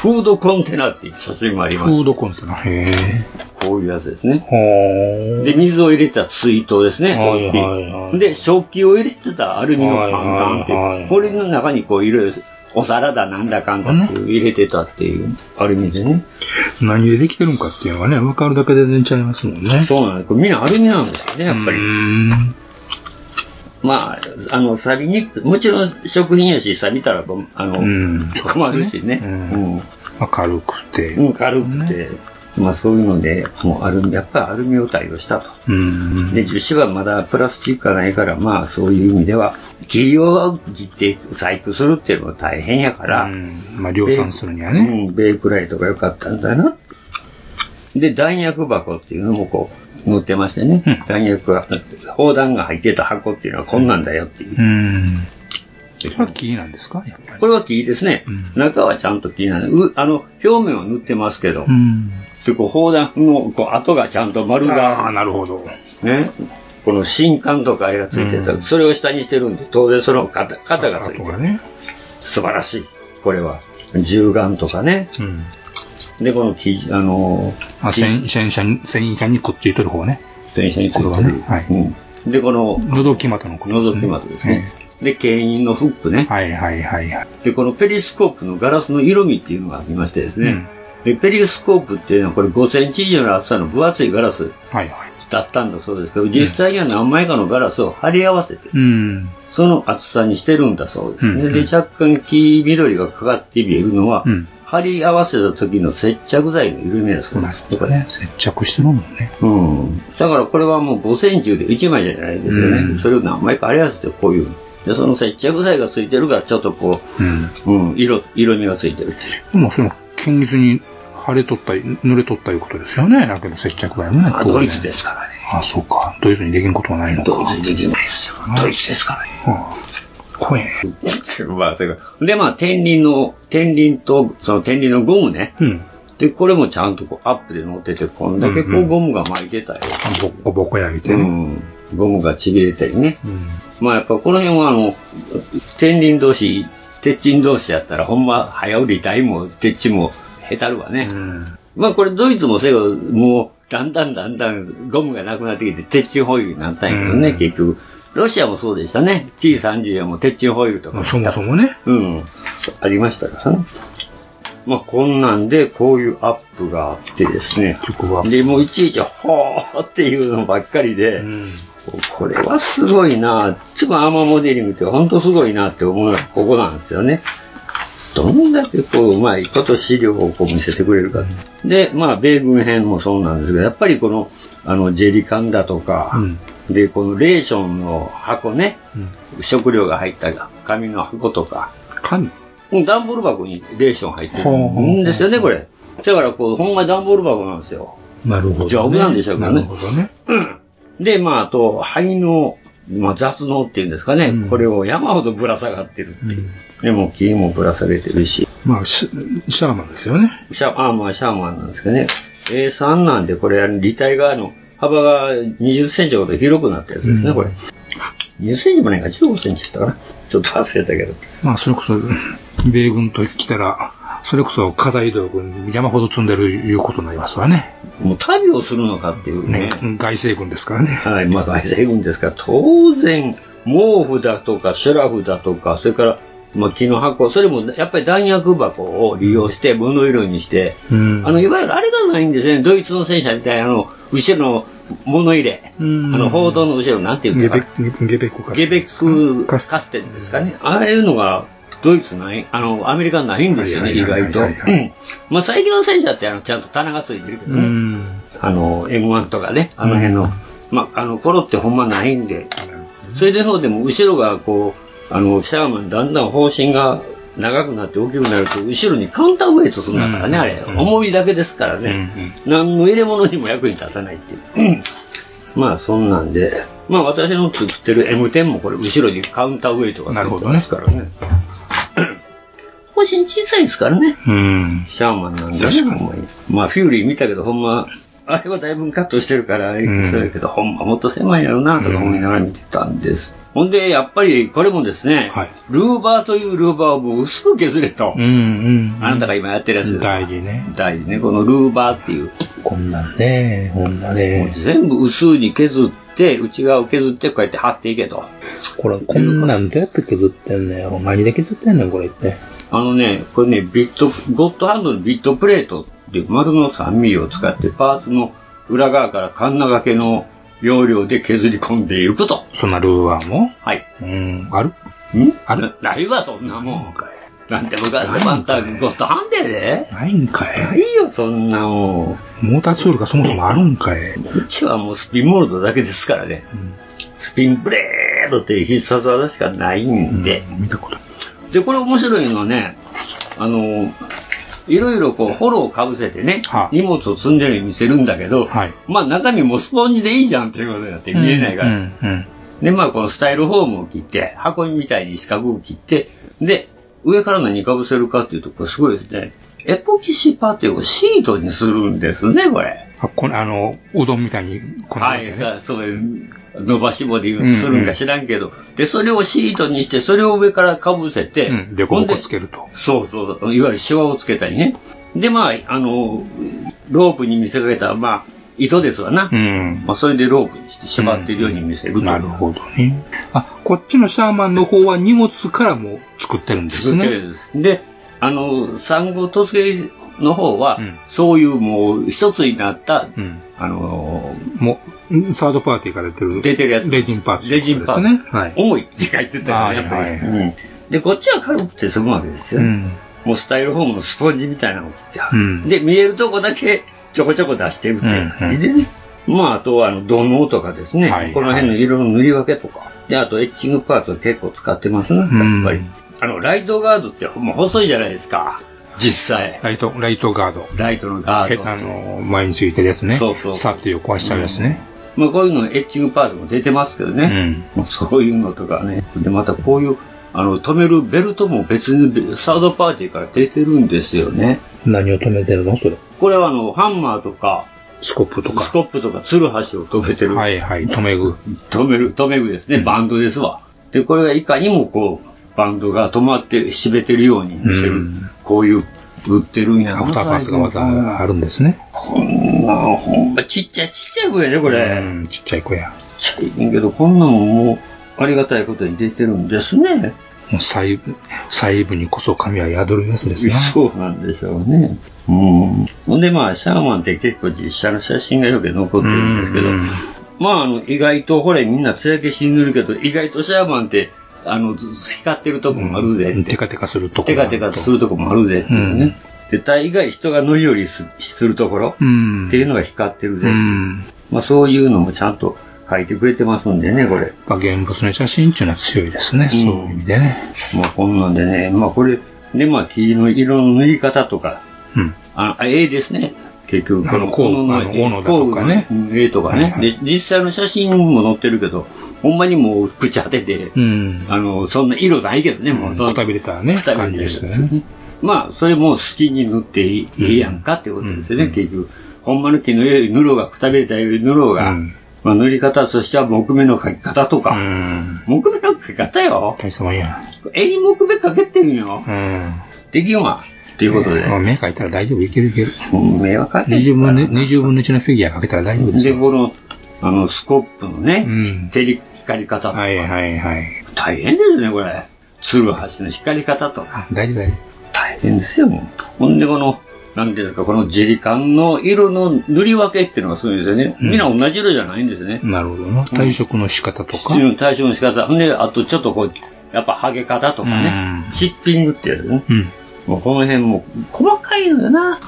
S7: フードコンテナっていう写真もあり
S6: フ
S7: ま
S6: ー
S7: す。
S6: ドコンテナ。へえ。
S7: こういうやつですね。
S6: ほー。
S7: で、水を入れた水筒ですね、
S6: はい
S7: こう
S6: はいはい
S7: で、食器を入れてたアルミのカンカンっていう、
S6: はいはいはい
S7: これの中にこういろいろ、お皿だなんだかんだっていう入れてたっていう、アルミでね。
S6: 何でできてるんかっていうのがね、分かるだけで全然違いますもんね。
S7: そうなんです。これみんなアルミなんですよね、やっぱ
S6: う
S7: り。
S6: ーん。
S7: まあ、あの、錆びにくく、もちろん食品やし、錆びたらば、あの、
S6: うん
S7: 困るしね。
S6: う
S7: うんん
S6: 明るくて。
S7: うん、軽くて、まあそういうので、もうアルミ、やっぱりアルミを対応したと。
S6: うん。
S7: で、樹脂はまだプラスチックがないから、まあそういう意味では、企業を切って細工するっていうのは大変やから、
S6: うん、まあ、量産するにはね。
S7: うん、ベイクライトが良かったんだな。で、弾薬箱っていうのもこう、載ってましてね、
S6: うん
S7: 弾薬が、砲弾が入ってた箱っていうのはこんなんだよっていう。
S6: うん。これは木なんですかやっぱり。
S7: これは木ですね。
S6: う
S7: 中はちゃんと木なんで、うあの、表面は塗ってますけど、
S6: うん。
S7: でこう砲弾のこう跡がちゃんと丸
S6: ああ、
S7: が、
S6: なるほど。
S7: ね、この新管とかあれがついてた、
S6: うん
S7: それを下にしてるんで、当然その肩肩がついて
S6: あと
S7: る
S6: が。ね。
S7: 素晴らしい。これは。銃眼とかね。
S6: うん。
S7: で、この木、あのー、
S6: あ、
S7: 木
S6: 戦戦車に、戦車にくっついてる方ね。
S7: 戦車についてる。
S6: これはねはい
S7: うんで、この、
S6: 喉木股のこと
S7: 覗き窓ですね。。で、牽引のフック
S6: ええ
S7: ね。
S6: はいはいはいはい。
S7: で、このペリスコープのガラスの色味っていうのがありましてですね。
S6: うん
S7: で、ペリスコープっていうのはこれ5センチ以上の厚さの分厚いガラス
S6: はいはい。
S7: だったんだそうですけど、実際には何枚かのガラスを貼り合わせて、
S6: うん。
S7: その厚さにしてるんだそうですね。
S6: うん
S7: で、若干黄緑がかかって見えるのは、
S6: うん
S7: 貼り合わせた時の接着剤の色味だそう
S6: な
S7: で
S6: る
S7: す。
S6: ほどね。接着してるもんね。
S7: うん。だからこれはもう5センチで1枚じゃないですよね。
S6: うん
S7: それを何枚か貼り合わせてこういう。で、その接着剤がついてるから、ちょっとこ
S6: うん。
S7: う、うん、色、色味がついてるっていう。
S6: でもその、堅実に腫れとったり、濡れとったいうことですよね。だけど接着剤もね。
S7: あ
S6: 当然
S7: ドイツですからね。
S6: あ、そうか。ドイツにできんことはないのか。
S7: ドイツできないですよ
S6: い。
S7: ドイツですからね。
S6: はあ、怖いね。
S7: まあ、それが。で、まあ、天輪の、天輪と、その天輪のゴムね。
S6: うん。
S7: で、これもちゃんとこうアップで乗ってて、こんだけこ
S6: うんうん
S7: うゴムが巻いてたよ。
S6: ボッコボコや言う
S7: う
S6: てね。
S7: ん。ゴムがちぎれたりね。
S6: うん。
S7: まあやっぱこの辺はあの、天輪同士、鉄鎮同士やったらほんま早売り台も鉄鎮もへたるわね。
S6: うん。
S7: まあこれドイツもせよ、もうだんだんだんだんゴムがなくなってきて鉄鎮ホイールになったんやけどね、
S6: うん
S7: 結局。ロシアもそうでしたね。T30 はもう鉄鎮ホイールと
S6: ま
S7: か。
S6: あそもそもね。
S7: うん。ありましたからね。まあ、こんなんで、こういうアップがあってですね。
S6: 曲は
S7: で、もういちいち、ほーっていうのばっかりで、
S6: うん。
S7: これはすごいなつまアーマーモデリングって本当すごいなって思うのはここなんですよね。どんだけこう、うまいこと資料をこう見せてくれるか。で、まあ、米軍編もそうなんですけど、やっぱりこの、あの、ジェリカンだとか、
S6: うん
S7: で、このレーションの箱ね、
S6: うん
S7: 食料が入った紙の箱とか、
S6: 神
S7: うん段ボール箱にレーション入って
S6: ほうほう
S7: るんですよね、これ。だから、こう、ほんまに段ボール箱なんですよ。
S6: なるほど、ね。
S7: 丈夫なんでしょうかね
S6: なるほどね。
S7: で、まあ、あと、灰の、まあ、雑能っていうんですかね、
S6: うん
S7: これを山ほどぶら下がってる。
S6: うん。
S7: でも、木もぶら下げてるし、
S6: まあ、シャシャーマンですよね。
S7: シャあまあ、シャーマンなんですけどね。A3 なんで、これ、立体側の幅が20センチほど広くなったやつですね、
S6: うん
S7: これ。20センチもないか、15センチだったかな。ちょっと忘れたけど。
S6: まあ、それこそ、米軍と来たら、それこそ家財道具山ほど積んでるいうことになりますわね。
S7: もう旅をするのかっていうね。
S6: ね。外生軍ですからね。
S7: はい、まあ大西軍ですから、当然、毛布だとか、シュラフだとか、それから、まあ、木の箱、それもやっぱり弾薬箱を利用して、物色にして、
S6: うん
S7: あの、いわゆるあれがないんですね、ドイツの戦車みたいなあの、後ろの物入れ、
S6: うん
S7: あの、報道の後ろ、なんていうん
S6: ゲ
S7: です
S6: ベ
S7: か、
S6: ック、ゲベックか。
S7: ゲベック
S6: カ
S7: カ
S6: ス
S7: ステンですかね、ああいうのが、ドイツない、あの、アメリカないんですよね、
S6: はい
S7: 意
S6: はいはい
S7: 外と。
S6: は
S7: う
S6: いはい
S7: んまあ、最近の戦車って、あの、ちゃんと棚がついてるけど
S6: う
S7: ね。
S6: ん。
S7: あの、M1 とかね、あの辺の、
S6: うん
S7: まあ、あの頃ってほんまないんで、それでそうでも後ろがこう、あの、シャーマンだんだん方針が長くなって大きくなると、後ろにカウンターウェイトするんだからね、
S6: うん
S7: あれ。
S6: うん
S7: 重みだけですからね。何の入れ物にも役に立たないっていう。 まあ、そんなんで。まあ、私の作ってる M10 もこれ、後ろにカウンターウェイトが
S6: なる
S7: つい
S6: ほ
S7: て
S6: どね
S7: ますからね。方針小さいですからね。
S6: うん。
S7: シャーマンなんだね、ほんまに。まあ、フューリー見たけど、ほんま、あれはだいぶカットしてるから、あれ
S6: うん
S7: そうやけど、ほんまもっと狭いやろな、とか思いながら見てたんです。ほんで、やっぱり、これもですね、
S6: はい
S7: ルーバーというルーバーをもう薄く削れと。
S6: うん。
S7: あなたが今やってるやつ。
S6: 大事ね。
S7: 大事ね、このルーバーっていう。
S6: こんなんね、ほんま
S7: もう
S6: ね。
S7: 全部薄に削って、内側を削って、こうやって貼っていけと。
S6: これ、こんなんどうやって削ってんのよ。何で削ってんのこれって。
S7: あのね、これね、ビット、ゴッドハンドのビットプレートっていう丸の3ミリを使ってパーツの裏側からカンナ掛けの容量で削り込んでいくと。
S6: そんなルーアーも
S7: はい。
S6: うん、ある
S7: ん
S6: あれ
S7: なないわ、そんなもん。
S6: かい。
S7: なんて僕はマンタゴッドハンドやで。
S6: ないんか。
S7: ないいよ、そんなも
S6: モーターツールがそもそもあるんかい。
S7: ん。うちはもうスピンモールドだけですからね。スピンブレードっていう必殺技しかないんで。
S6: うん見たことない。
S7: で、これ面白いのはね、あの、いろいろこう、ホロをかぶせてね、
S6: はい
S7: 荷物を積んでるように見せるんだけど、
S6: はい
S7: まあ中にもスポンジでいいじゃんっていうことになって見えないから。
S6: うん、うん。
S7: で、まあこのスタイルフォームを切って、箱みたいに四角く切って、で、上から何かぶせるかっていうと、これすごいですね。エポキシパテをシートにするんですね、これ。
S6: あ、この、あの、うどんみたいに、この、
S7: はい、さそういう伸ばし棒で言うとするん
S6: うんう
S7: か
S6: ん
S7: 知らんけど、で、それをシートにして、それを上からかぶせて、
S6: うん、でこぼこつけると。
S7: そうそうそう、いわゆるシワをつけたりね。で、まあ、あの、ロープに見せかけた、まあ、糸ですわな。
S6: うん。
S7: まあ、それでロープにして縛ってるように見せると、
S6: なるほどね。あ、こっちのシャーマンの方は荷物からも作ってるんです
S7: 作って
S6: ね。
S7: るんです。で、あの、産後突撃の方は、
S6: うん
S7: そういうもう一つになった、
S6: うん。
S7: あの、
S6: もう、んサードパーティーから出てる。
S7: 出てるやつ
S6: レジンパーツ。
S7: レジンパーツ
S6: ですね。はい。
S7: 重いって書いてたよね、やっぱり。
S6: はいはい
S7: うんで、こっちは軽くて済むわけですよ。
S6: うん。
S7: もうスタイルフォームのスポンジみたいなのを切ってある、
S6: うん
S7: で、見えるとこだけちょこちょこ出してるっていう感じでね。まあ、あとは、あの、土のとかですね。
S6: はい
S7: この辺の色の塗り分けとか。で、あと、エッチングパーツを結構使ってますね、やっ
S6: うん
S7: ぱり。あの、ライトガードってほんま細いじゃないですか。実際。
S6: ライト、ライトガード。
S7: ライトのガー
S6: へ
S7: ド。
S6: あの、前についてるやつね。
S7: そうそう
S6: さって横壊しちゃうやつね。
S7: まあ、こういうの、エッチングパーツも出てますけど
S6: う
S7: ね。
S6: ん。
S7: まあそういうのとかね。で、またこういう、あの、止めるベルトも別に、サードパーティーから出てるんですよね。
S6: 何を止めてるのそれ。
S7: これは、あの、ハンマーとか、
S6: スコップと
S7: ス
S6: か。
S7: コップとかツルハシを止めてる。
S6: はいはい、止め具。
S7: 止める、止め具ですね、バンドですわ。で、これがいかにもこう、バンドが止まって、締めてるように見せる。
S6: うん
S7: こういう、売ってるんやな。
S6: アフターパースがまたあるんですね。
S7: こんなん、ほんまちっちゃいちっちゃい具やね、これ。
S6: うん、ちっちゃい子や。
S7: ちっちゃいねんけど、こんなんももう、ありがたいことに出てるんですね。
S6: もう細部、細部にこそ神は宿るやつですね。
S7: そうなんでしょうね。うん。ほんでまあ、シャーマンって結構実写の写真がよく残ってるんですけど、
S6: うんうん
S7: まあ、あの、意外と、ほれ、みんな艶消しに塗るけど、意外とシャーマンって、あの、ず光ってるとこもあるぜって。
S6: テカテカするとこ
S7: テカテカするとこもあるぜっていうね。で、大概人が乗り降りすするところ
S6: うん。
S7: っていうの
S6: が、
S7: が光ってるぜって
S6: う
S7: いう。
S6: ん。
S7: まあ、そういうのもちゃんと書いてくれてますんでね、これ。
S6: まあ、現物の写真っていうのは強いですね。
S7: うん
S6: そういう意味でね。
S7: まあ、こんなんでね、まあ、これ、で、まあ、霧の色の塗り方とか、
S6: うん。
S7: あの、絵ですね。結局、
S6: あのこうあの斧だとかね
S7: こうの絵とかね、
S6: はいはい
S7: で。実際の写真も載ってるけど、ほんまにもう、朽ち果てて、
S6: うん。
S7: あの、そんな色ないけどね、もう。その
S6: くたびれたね
S7: くたびれてる
S6: 感じでしたよね。
S7: まあ、それも好きに塗っていい,、
S6: うん
S7: やんかってことですよね、
S6: うん
S7: 結局。ほんまの木のより塗ろうが、くたびれたより塗ろうが、
S6: うん
S7: まあ、塗り方としては木目の描き方と
S6: う
S7: か、
S6: ん。
S7: 木目の描き方よ。
S6: 大したもんや。
S7: 絵に木目描けてるよ
S6: う。ん。
S7: できんわ。ということで、
S6: まあ目描いたら大丈夫、いけるいける。
S7: うん迷惑かけ
S6: 20
S7: るから
S6: 分の20分の1のフィギュアかけたら大丈夫です
S7: で、
S6: よ。
S7: この、あの、スコップのね、
S6: うん
S7: 照り光り方とか、
S6: はいはいはい。
S7: 大変ですね、これ。ツルハシの光り方とか、
S6: 大丈夫大丈
S7: 大変ですよ、もう。ほんで、この、なんていうんですか、このジェリカンの色の塗り分けっていうのがすごいですよね。
S6: うん
S7: みんな同じ色じゃないんですよね
S6: 夫。。なるほどな。退職の仕方とか。
S7: うん対象の仕方。ほんで、あとちょっとこう、やっぱ剥げ方とかね
S6: う、ん
S7: シッピングってやつね。
S6: うん。
S7: もうこの辺も細かいのよな。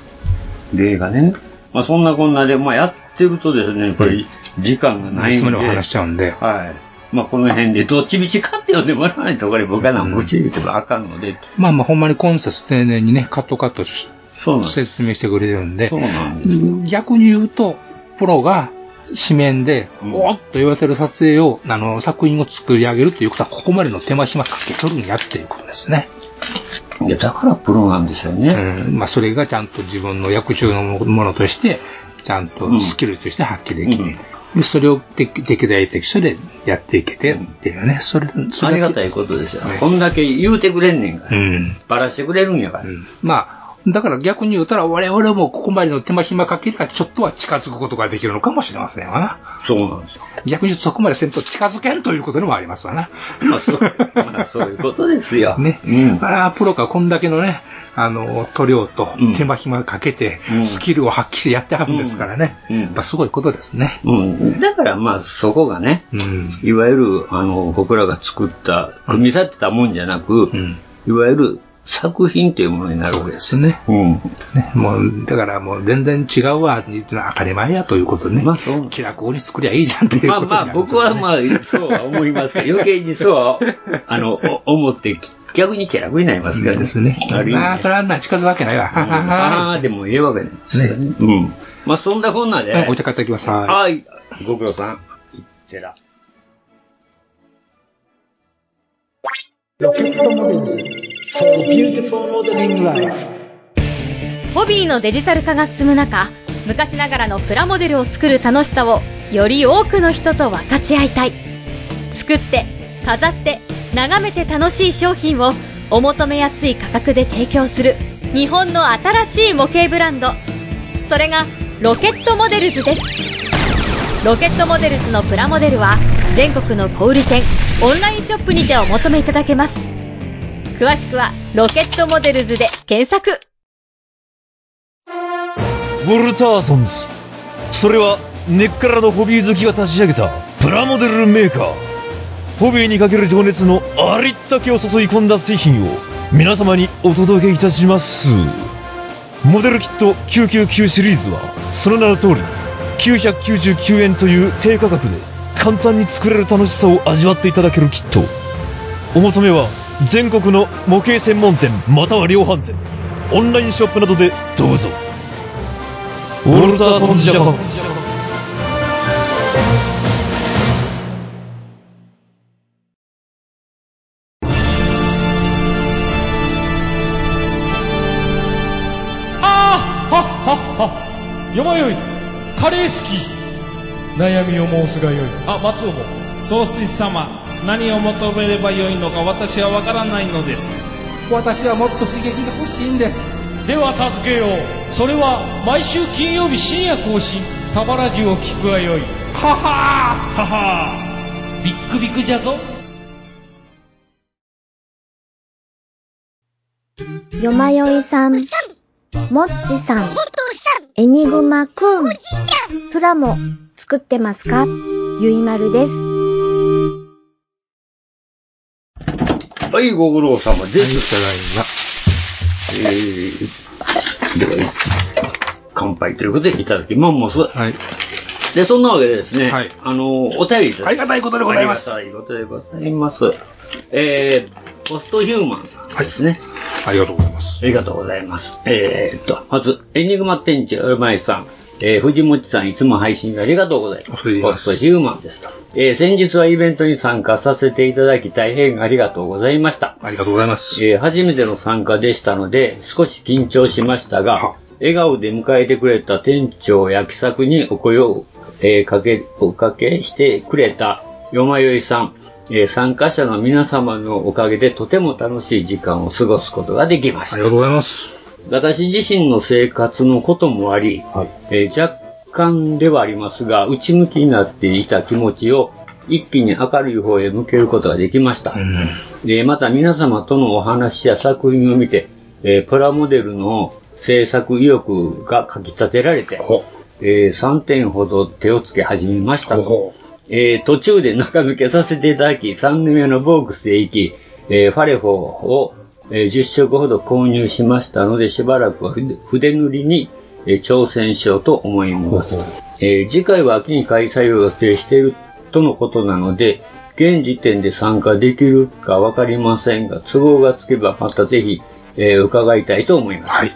S7: 例がね。まあそんなこんなで、まあやってるとですね、これ、時間がない
S6: 娘
S7: の
S6: の
S7: で。
S6: 話しちゃうんで。
S7: はい。まあこの辺で、どっちみちかって呼んでもらわないと、これ僕は何も口言うてもあかんので、
S6: まあまあ、ほんまにコンセス丁寧にね、カットカットし
S7: そうなんです。
S6: 説明してくれるんで
S7: そ、うなんです。
S6: 逆に言うと、プロが紙面で、
S7: うん
S6: おっと言わせる撮影を、あの、作品を作り上げるということは、ここまでの手間暇かけとるんやっていうことですね。
S7: いや、だからプロなんでしょう
S6: う
S7: ね。
S6: ん。まあ、それがちゃんと自分の役中のものとして、ちゃんとスキルとして発揮できて、
S7: うん
S6: でそれを適適材適所でやっていけてっていうね、それ、そ
S7: あ
S6: れ
S7: りが
S6: い。
S7: たいことですよ
S6: ね。
S7: こんだけ言うてくれんねんか
S6: う
S7: ら。
S6: ん。
S7: バラしてくれるんやから。
S6: まあ、だから逆に言うたら我々もここまでの手間暇かければちょっとは近づくことができるのかもしれませんわな。
S7: そうなんですよ。
S6: 逆にそこまでせんと近づけんということでもありますわな。
S7: まあ そう、まあ、そういうことですよ。
S6: ね。
S7: うん
S6: だ。からプロがこんだけのね、あの、塗料と
S7: うん
S6: 手間暇かけて
S7: う、ん
S6: スキルを発揮してやってはるんですからね。
S7: うんうん
S6: やっぱすごいことですね。
S7: うん。だからまあそこがね、
S6: うん。
S7: いわゆる、あの、僕らが作った、組み立てたもんじゃなく、
S6: うん。
S7: いわゆる作品というものになる
S6: そ
S7: わ
S6: う
S7: けで。
S6: ですすね。
S7: うん。
S6: ね、もう、だからもう全然違うわ、っていうのは当たり前やということでね。
S7: まあそう
S6: 気楽に作りゃいいじゃんという
S7: ま
S6: こ
S7: あ
S6: とに
S7: ま
S6: な
S7: あ
S6: る、
S7: 僕はまあ、そうは思いますけど、余計にそうは、あの、お思って、逆に気楽になりますから
S6: ですね。
S7: ある意味ね
S6: まあ、それはな、近づくわけないわ。ははは
S7: ああ、でもええわけですよね。うん。まあそんなこんなで、
S6: はいお茶買ってきます。は
S7: はい。ご苦労さん。いってら。
S10: ホビーのデジタル化が進む中昔ながらのプラモデルを作る楽しさをより多くの人と分かち合いたい作って飾って眺めて楽しい商品をお求めやすい価格で提供する日本の新しい模型ブランドそれがロケットモデルズですロケットモデルズのプラモデルは全国の小売店オンラインショップにてお求めいただけます詳しくは「ロケットモデルズ」で検索
S11: ウォルターソンズそれは根っからのホビー好きが立ち上げたプラモデルメーカーホビーにかける情熱のありったけを注い込んだ製品を皆様にお届けいたしますモデルキット999シリーズはその名の通り999円という低価格で簡単に作れる楽しさを味わっていただけるキットお求めは全国の模型専門店または量販店オンラインショップなどでどうぞウォルターソンズジャパン
S12: あーはっはっはよまよいカレー好き悩みを申すがよいあ松尾も総帥様何を求めればよいのか私はわからないのです私はもっと刺激が欲しいんですでは助けようそれは毎週金曜日深夜更新サバラジュを聞くがよいははーははービックビックじゃぞ
S10: よまよいさん、もっちさん、エニグマくん、プラも作ってますかゆいまるです。
S7: はい、ご苦労様で
S6: い。
S7: す。
S6: ただいま。
S7: えーでは乾杯ということでいただきます。
S6: はい。
S7: で、そんなわけでですね、
S6: はい
S7: あの、お便りいただき
S6: ありがたいことでございます
S7: ありがたいことでございます。えー、ポストヒューマンさんですね。
S6: ありがとうございます。
S7: ありがとうございます。えー、っと、まず、エニグマ天地、うまいさん。えー、藤本さん、いつも配信ありがとうございます。
S6: ありがとうございます
S7: ポストヒューマンですと。えー、先日はイベントに参加させていただき、大変ありがとうございました。
S6: ありがとうございます。
S7: えー初めての参加でしたので、少し緊張しましたが
S6: は、
S7: 笑顔で迎えてくれた店長や気さくにお声を、えーかけ、おかけしてくれたよまよいさん、えー参加者の皆様のおかげでとても楽しい時間を過ごすことができま
S6: あ
S7: し
S6: りが
S7: た
S6: とう。ございます。
S7: 私自身の生活のこともあり、
S6: はい
S7: えー若干ではありますが、内向きになっていた気持ちを一気に明るい方へ向けることができました。
S6: うん。
S7: で、また皆様とのお話や作品を見て、えープラモデルの制作意欲がかき立てられて、
S6: ほ
S7: えー3点ほど手をつけ始めましたと。えー途中で中抜けさせていただき、3年目のボークスへ行き、えーファレフォーを、えー10色ほど購入しましたので、しばらくは筆筆塗りに、えー挑戦しようと思います。えー次回は秋に開催を予定しているとのことなので、現時点で参加できるかわかりませんが、都合がつけばまたぜひ、えー伺いたいと思います。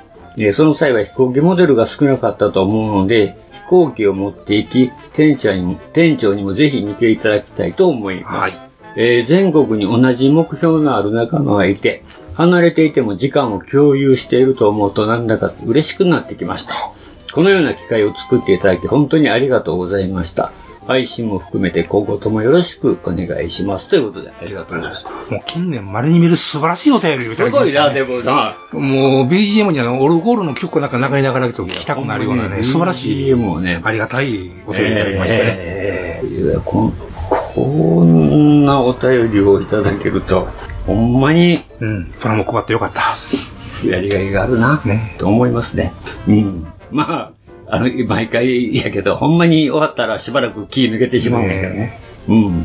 S7: えーその際は飛行機モデルが少なかったと思うので、飛行機を持って行き、店長にも、店長にもぜひ見ていただきたいと思います。えー全国に同じ目標のある仲間がいて、離れていても時間を共有していると思うとなんだか嬉しくなってきました。このような機会を作っていただき本当にありがとうございました。配信も含めて今後ともよろしくお願いします。ということで、ありがとうございます。
S6: もう近年稀に見る素晴らしいお便りをいただ
S7: す
S6: きま
S7: ご
S6: し
S7: い
S6: た、
S7: な、
S6: ね。
S7: でもな。
S6: もう BGM にあのオルゴールの曲がなんか流れながらだけど聞きたくなるようなね、素晴らしい、
S7: い。もうね、
S6: ありがたいお便りいただきましたね。
S7: えーいやこんこんなお便りをいただけると、ほんまに、
S6: うん、それも配ってよかった。
S7: やりがいがあるな、と思いますね。うん。まあ、あの、毎回やけど、ほんまに終わったらしばらく気抜けてしまうんやけどね。うん。い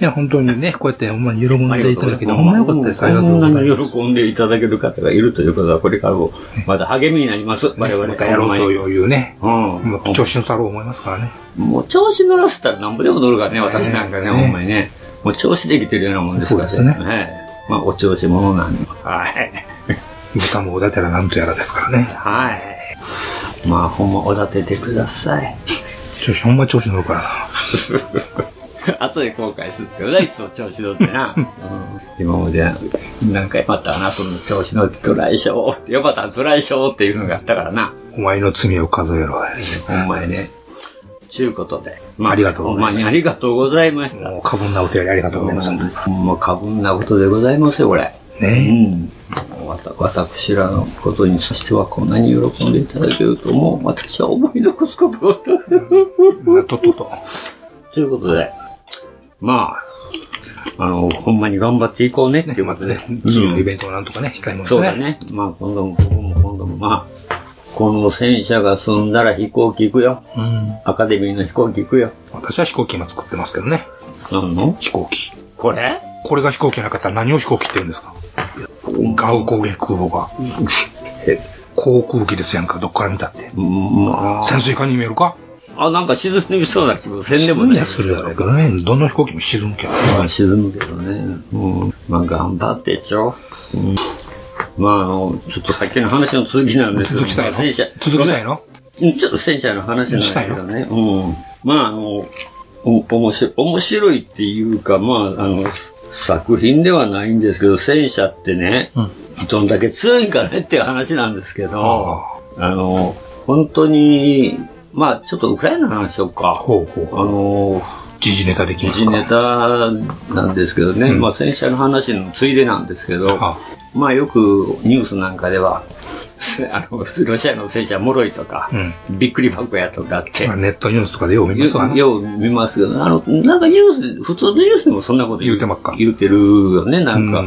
S6: や、本当にね、こうやってほんまに喜んでいただけて、ほんまよかったです。ありが
S7: こと
S6: うんご
S7: な
S6: ざいます。
S7: に喜んでいただける方がいるということは、これからも、まだ励みになります。我々
S6: またやろうという
S7: ね。うん。
S6: もう調子の太郎思いますからね。
S7: もう調子乗らせたらなんぼでも乗るからね、私なんかね、
S6: ね
S7: ほんまにね。もう調子できてるようなもんですからね。
S6: そうです
S7: ね。まあ、お調子者なんで。はい。
S6: 豚もおだてらなんとやらですからね。
S7: はい。まあ、ほんま、おだててください。
S6: 調子、ほんま調子乗るからな。
S7: 後で後悔するけどな、いつも調子乗って な。うん今まで何回またあなたの調子乗ってトライショー、よかったトライショーっていうのがあったからな。
S6: お前の罪を数えろ。ほ
S7: んまにね。ちゅうことで。
S6: ありがとう
S7: ほ
S6: ご
S7: ん
S6: ざ
S7: ま
S6: いま
S7: に
S6: す。
S7: ありがとうございました。
S6: もう過分なお便りありがとうございます。
S7: ほんま過分なことでございますよ、これ。ねうん。わた私らのことにさしてはこんなに喜んでいただけるともう私は 思い残すことが
S6: なとっとと。
S7: ということで、まあ、あの、ほんまに頑張っていこうねっていうことで。
S6: 次のイベントをなんとかね、したいもんです
S7: そう
S6: ね。
S7: だね。まあ今度も、ここも今度も、まあ、この戦車が済んだら飛行機行くよ。
S6: うん。
S7: アカデミーの飛行機行くよ。
S6: 私は飛行機今作ってますけどね。
S7: 何の
S6: 飛行機。
S7: これ
S6: これが飛行機なかったら何を飛行機って言うんですかガウ攻撃空母が。航空機ですやんか、どっから見たって。潜水艦に見えるか
S7: あ、なんか沈んでみそうな気もせんでも
S6: ない。するやろうけどね。どの飛行機も沈むけど。
S7: 沈むけどね。うん。まあ頑張ってちょ。うん。まああの、ちょっとさっきの話の続きなんですけど、
S6: 続きたいの
S7: まあ戦車。
S6: 続きたいの
S7: ごめんうんちょっと戦車の話なんだけどね。うん。まああの、お面白い、面白いっていうか、まああの、作品ではないんですけど、戦車ってね、どんだけ強いんかねっていう話なんですけど、あの、本当に、まあちょっとウクライナの話しようか。あの、
S6: 時事ネタできます
S7: 時事ネタなんですけどね、まあ戦車の話のついでなんですけど、まあよくニュースなんかでは、 あの、ロシアの戦車もろいとか、びっくり箱やとかって、
S6: ネットニュースとかでよう見ますわ
S7: よ
S6: ね。
S7: よう見ますけど、あの、なんかニュース、普通のニュースでもそんなこと言うてまっか。言うてるよね、なんか。う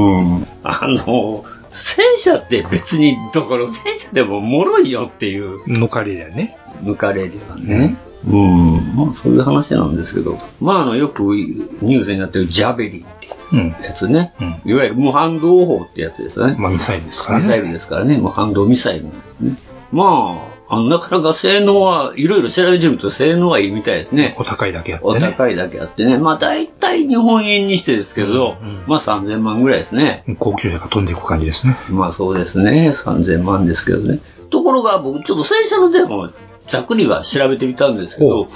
S7: ん。あの、戦車って別に、どこの戦車でも脆いよっていう。
S6: 抜かれりゃね。
S7: 抜かれりゃね。うん。まあそういう話なんですけど、まああの、よくニュースになってるジャベリンって
S6: うん。
S7: やつね。いわゆる無反動砲ってやつですね。
S6: まあミサイルですから
S7: ミ
S6: ね。
S7: サイルですからね、もう反動ミサイルなんですね。まあ、あのなかなか性能は、いろいろ調べてみると性能はいいみたいですね。
S6: お高いだけあって
S7: ね。お高いだけあってね。まあ大体日本円にしてですけど、まあ3000万ぐらいですね。
S6: 高級車が飛んでいく感じですね。
S7: まあそうですね、3000万ですけどね。ところが僕ちょっと戦車のデーマをざっくりは調べてみたんですけど、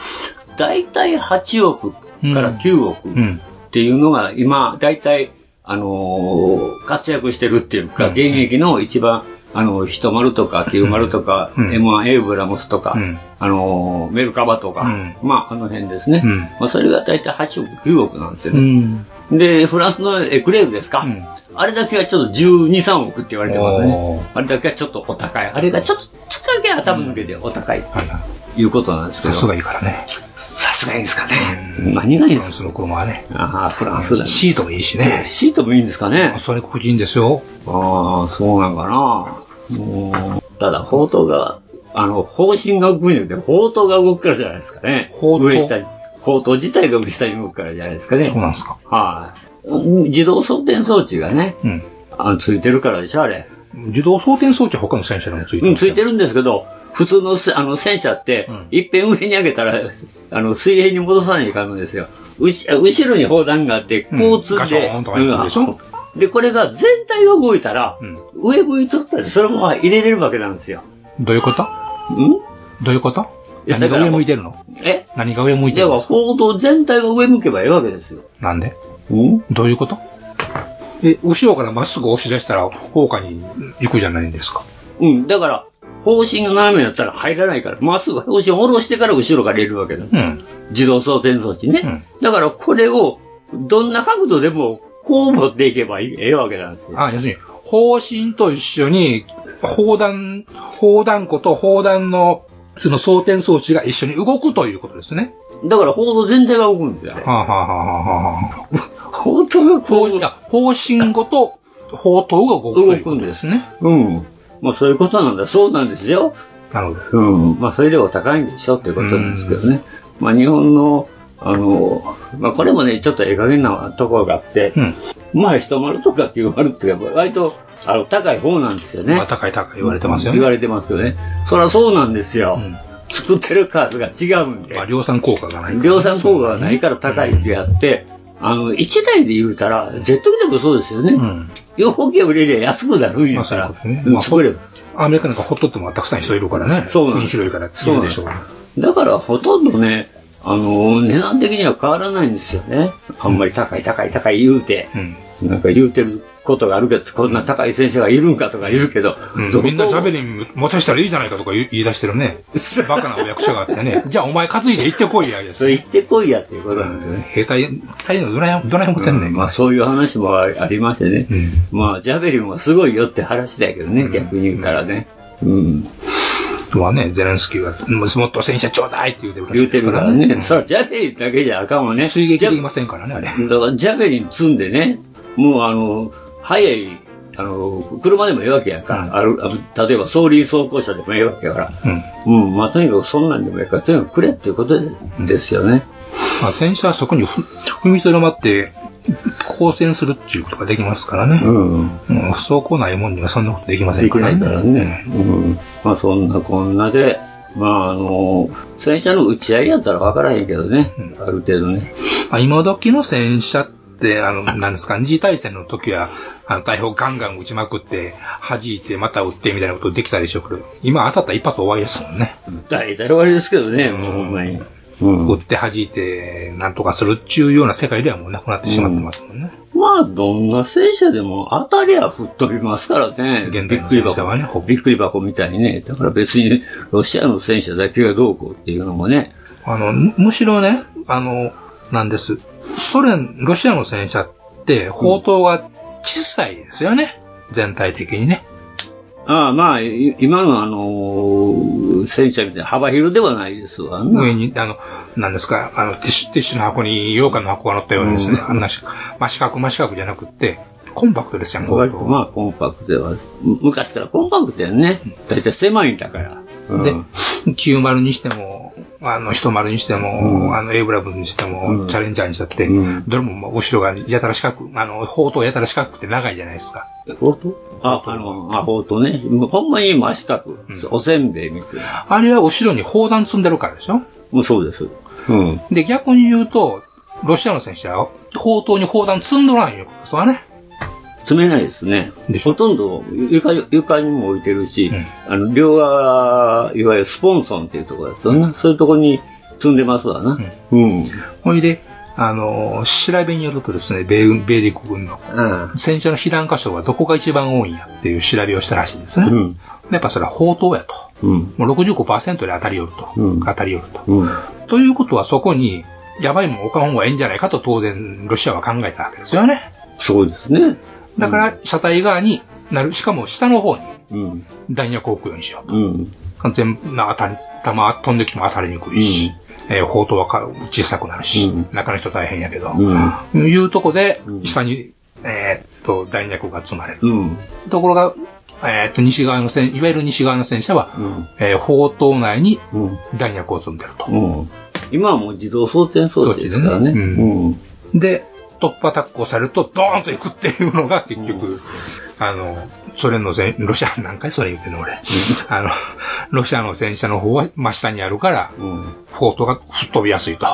S7: 大体8億から9億っていうのが今、大体、あのー活躍してるっていうか、現役の一番、あの、ヒトマルとか、キューマルとか、
S6: うん
S7: M1 エイブラムスとか、あのーメルカバとか、
S6: うん
S7: まあ、あの辺ですね。
S6: うん
S7: まあ、それが大体8億、9億なんですよ
S6: う
S7: ね。
S6: ん。
S7: で、フランスのエクレールですか、あれだけはちょっと12、3億って言われてます
S6: お
S7: ね。あれだけはちょっとお高い。あれがちょっと、ちょっとだけ頭抜けてお高い。いうことなんですけど。
S6: さすがいいからね。
S7: さすがいいですかね。何がいいで
S6: フ
S7: すか
S6: ランスの車はね。
S7: ああ、フランスだ、ね。
S6: シートもいいしね。
S7: シートもいいんですかね。
S6: それ個人ですよ。
S7: ああ、そうなんかな。うんただ、砲塔が、あの、方針が動くんじゃなくて、砲塔が動くからじゃないですかね。上下に。砲塔自体が上下に動くからじゃないですかね。そう
S6: なんですか。
S7: はい、うん自動装填装置がね、
S6: うん。
S7: あのついてるからでしょ、あれ。
S6: 自動装填装置は他の戦車にもついて
S7: う
S6: る。
S7: ん、ついてるんですけど、普通のせあの戦車って、いっぺん上に上げたら、 あの、水平に戻さないといかんのですよ。うし後ろに砲弾があって、こう積んで、うんで、これが全体が動いたら、上向いとったらそのまま入れれるわけなんですよ。
S6: どういうことんどういうこと
S7: いや
S6: 何
S7: だ
S6: が
S7: から
S6: 上向いてるの
S7: え
S6: 何が上向いてる
S7: だから、報道全体が上向けばいいわけですよ。
S6: なんでどういうことえ、後ろからまっすぐ押し出したら、放火に行くじゃないんですか。
S7: うん、だから、方針が斜めになったら入らないから、まっすぐ方針を下ろしてから後ろから入れるわけだ。
S6: うん。
S7: 自動装填装置ね。だから、これを、どんな角度でも、こう持っていけばいいええわけなんですよ。
S6: あ、要するに、方針と一緒に、砲弾、砲弾庫と砲弾の、その装填装置が一緒に動くということですね。
S7: だから、報道全体が動くんですよ。
S6: はあ、はあはあはあ、
S7: 砲塔がこう。いや、
S6: 方針ごと、砲塔が動
S7: く。動くんです
S6: ね。
S7: うん。まあ、そういうことなんだ。そうなんですよ。
S6: なるほど。
S7: うん。まあ、それでお高いんでしょってことなんですけどね。まあ、日本の、あの、まあ、これもね、ちょっとええ加減なところがあって、まあ、一丸とかっていう丸っていうか、割と、あの、高い方なんですよね。
S6: 高い高い言われてますよね
S7: 言われてますよね。そりゃそうなんですよ。作ってる数が違うんで。
S6: 量産効果がない。
S7: 量産効果がないから高いってやって、あの、1台で言うたら、ジェット機でもそうですよね。よく売れりゃ安くなるんやから。
S6: まあ、それ、アメリカなんかほっとってもたくさん人いるからね。そうなん広いから、いるでしょう。
S7: だからほとんどね、あの、値段的には変わらないんですよね。あんまり高い高い高い言うて、なんか言うてることがあるけど、こんな高い先生がいるんかとか言うけど、
S6: うん、みんなジャベリン持たしたらいいじゃないかとか言い言い出してる ね。バカなお役所があってね。 じゃあお前担いで行ってこいや。
S7: それ行ってこいやっていうことなんですよね。
S6: 兵隊、隊のどない、どない思ってんねん。
S7: まあそういう話もありましてね。まあジャベリンはすごいよって話だけどね、逆に言うたらね。うん。
S6: まあね、ゼレンスキーは、もっと戦車ちょうだいって言うてる
S7: 言うてるからね。 そらジャベリンだけじゃあかんわね。
S6: 追撃できませんからね、あれ。
S7: だからジャベリン積んでね、もうあの、速い、あの、車でもええわけやんか。あるあの例えば、総理走行車でもええわけやから。うん。まあ、とにかくそんなんでもええから、とにかくくれっていうことでですよね。
S6: まあ戦車はそこにふ踏みとどまって、交戦するっていうことができますからね。
S7: うん。
S6: そうこないもんにはそんなことできません
S7: できないからね。うん。まあ、そんなこんなで、まあ、あの、戦車の打ち合いやったらわからへんけどね。ある程度ね。
S6: まあ、今時の戦車って、あの、なんですか、二次大戦の時は、あの、大砲ガンガン撃ちまくって、弾いて、また撃ってみたいなことできたでしょうけど、今当たったら一発終わりですもんね。
S7: 大体終わりですけどね、もうほんまに。
S6: 撃って弾いて、なんとかするっちゅうような世界ではもうなくなってしまってますもんね。
S7: まあ、どんな戦車でも当たりは吹っ飛びますからね。びっくり箱、びっくり箱みたいにね。だから別にロシアの戦車だけがどうこうっていうのもね。
S6: あの、むむしろね、あの、なんです。ソ連、ロシアの戦車って、砲塔が小さいですよね。全体的にね。
S7: ああ、まあ、い今のあのー戦車みたいな幅広ではないですわな。
S6: 上に、あの、なんですか、あの、ティッシュ、ティッシュの箱に羊羹の箱が乗ったようにですね、あんなし、まあ、四角、まあ、四角じゃなくって、コンパクトですよ、
S7: 割とまあ、コンパクトでは、む昔からコンパクトやね。だいたい狭いんだから。うん
S6: で、90にしても、あの、10にしても、あの、エイブラブにしても、チャレンジャーにしたって、どれもまあ後ろがやたら四角、あの、砲塔やたら四角くて長いじゃないですか。
S7: 砲塔あ、あの、あ、砲塔ね。もうほんまに真四角。おせんべいみたいな。
S6: あれは後ろに砲弾積んでるからでしょ
S7: うんそうです。うん。
S6: で、逆に言うと、ロシアの選手は、砲塔に砲弾積んどらんよ、それはね。
S7: 積めないですね。ほとんど床床にも置いてるし、あの両側、いわゆるスポンソンっていうところですよね。そういうところに積んでますわな。うん。
S6: ほいで、あの、調べによるとですね、米軍、米陸軍の戦車の被弾箇所がどこが一番多いんやっていう調べをしたらしいんですね。
S7: うん
S6: やっぱそれは砲塔やと。もう65%で当たり寄ると。当たり寄ると。ということはそこに、やばいもん置かん方がいいんじゃないかと当然ロシアは考えたわけですよね。
S7: そうですね。
S6: だから、車体側になる、しかも下の方に
S7: うん。
S6: 弾薬を置くようにしようと。
S7: うん。
S6: 完全な当たり、弾飛んできても当たりにくいし、えー砲塔はか小さくなるし、中の人大変やけど、いうとこで、下に、えーっと、弾薬が積まれる。ところが、えーっと、西側の戦、いわゆる西側の戦車は、えー砲塔内に弾薬を積んでると。
S7: 今はもう自動装填装置ですからね。
S6: で、トップアタックをされると、ドーンと行くっていうのが結局、あの、ソ連の戦、ロシア、何回それ言ってんの俺。あの、ロシアの戦車の方は真下にあるから、フォートが吹っ飛びやすいと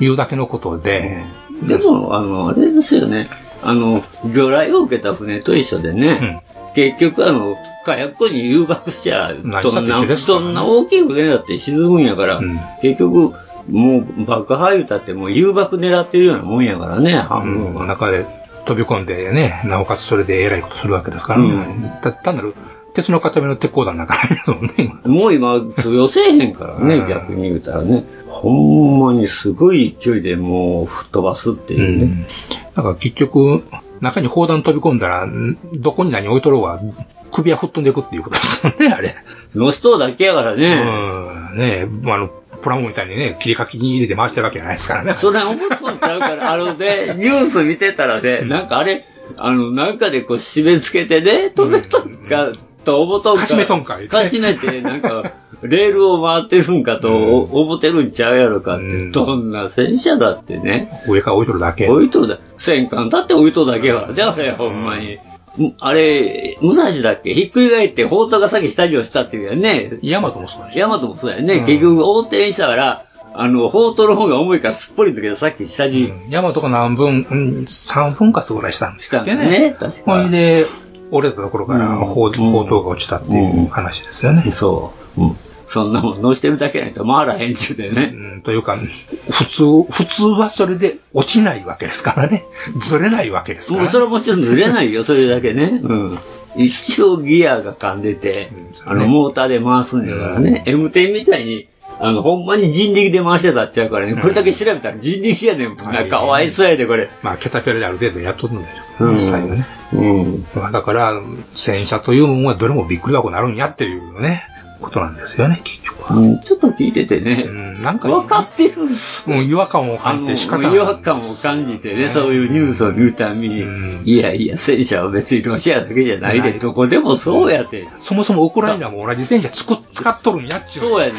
S6: いうだけのことで、
S7: でも、あの、あれですよね。あの、魚雷を受けた船と一緒でね、結局、あの、火薬庫に誘爆しちゃ、
S6: 何
S7: そん
S6: したっ
S7: な、
S6: て一緒ですから
S7: そ
S6: ね
S7: んな大きい船だって沈むんやから、結局、もう爆破言うたってもう誘爆狙ってるようなもんやからね、半分は。
S6: 中で飛び込んでね、なおかつそれで偉いことするわけですからね。た単なる鉄の塊の鉄鋼弾なんかないですもんね。
S7: もう今、通用せえへんからね、逆に言うたらね。ほんまにすごい勢いでもう吹っ飛ばすっていうね。
S6: だから結局、中に砲弾飛び込んだら、んどこに何置いとろうが、首は吹っ飛んでいくっていうことですよね、あれ。
S7: ロストだけやからね。
S6: うん、ねえ、あの、プラモみたいにね、切りかきに入れて回してるわけじゃないですからね。
S7: それ思ったんちゃう から、あのね、ニュース見てたらね、なんかあれ、あの、なんかでこう締め付けてね、止めとんか、と思とんか。
S6: かしめとんか言うて
S7: かし めて、なんか、レールを回ってるんかとお思ってるんちゃうやろかって、どんな戦車だってね。
S6: 上から置いとるだけ。
S7: 置いとるだ、戦艦だって置いとるだけやからね、あれ、ほんまに。むあれ、武蔵だっけひっくり返って、砲塔が先下に落ちたっていうやんね。
S6: ヤマトもそう
S7: や。ヤマトもそうやね。結局、横転したから、あの、砲塔の方が重いからすっぽり抜けて、さっき下に
S6: ヤマトが何分、うん、3分割ぐらいしたんですけど
S7: したんですね
S6: これで、折れたところから砲砲塔が落ちたっていう話ですよね。
S7: そう。そんなもん乗してるだけないと回らへんちゅうでね。
S6: うん、というか、普通、普通はそれで落ちないわけですからね。ずれないわけですから、
S7: もうそれはもちろんずれないよ、それだけね。うん。一応ギアが噛んでて、あの、モーターで回すんだからね。M10 みたいに、あの、ほんまに人力で回してたっちゃうからね。これだけ調べたら人力やねん。なかわいそうやで、これ。
S6: まあ、ケタペラである程度やっとるんだよ。
S7: うん
S6: 実際はね。まあ、だから、戦車というものはどれもびっくり箱になるんやっていうね、ことなんですよね、結局は。
S7: ちょっと聞いててね。
S6: うん、なんか、
S7: 分かってる。
S6: もう違和感を感じて仕方ない。
S7: 違和感を感じてね、そういうニュースを見るたびに、いやいや、戦車は別にロシアだけじゃないで、どこでもそうやって。
S6: そもそもウクライナも同じ戦車つく使っとるんやっちゅう。そう
S7: や ねん。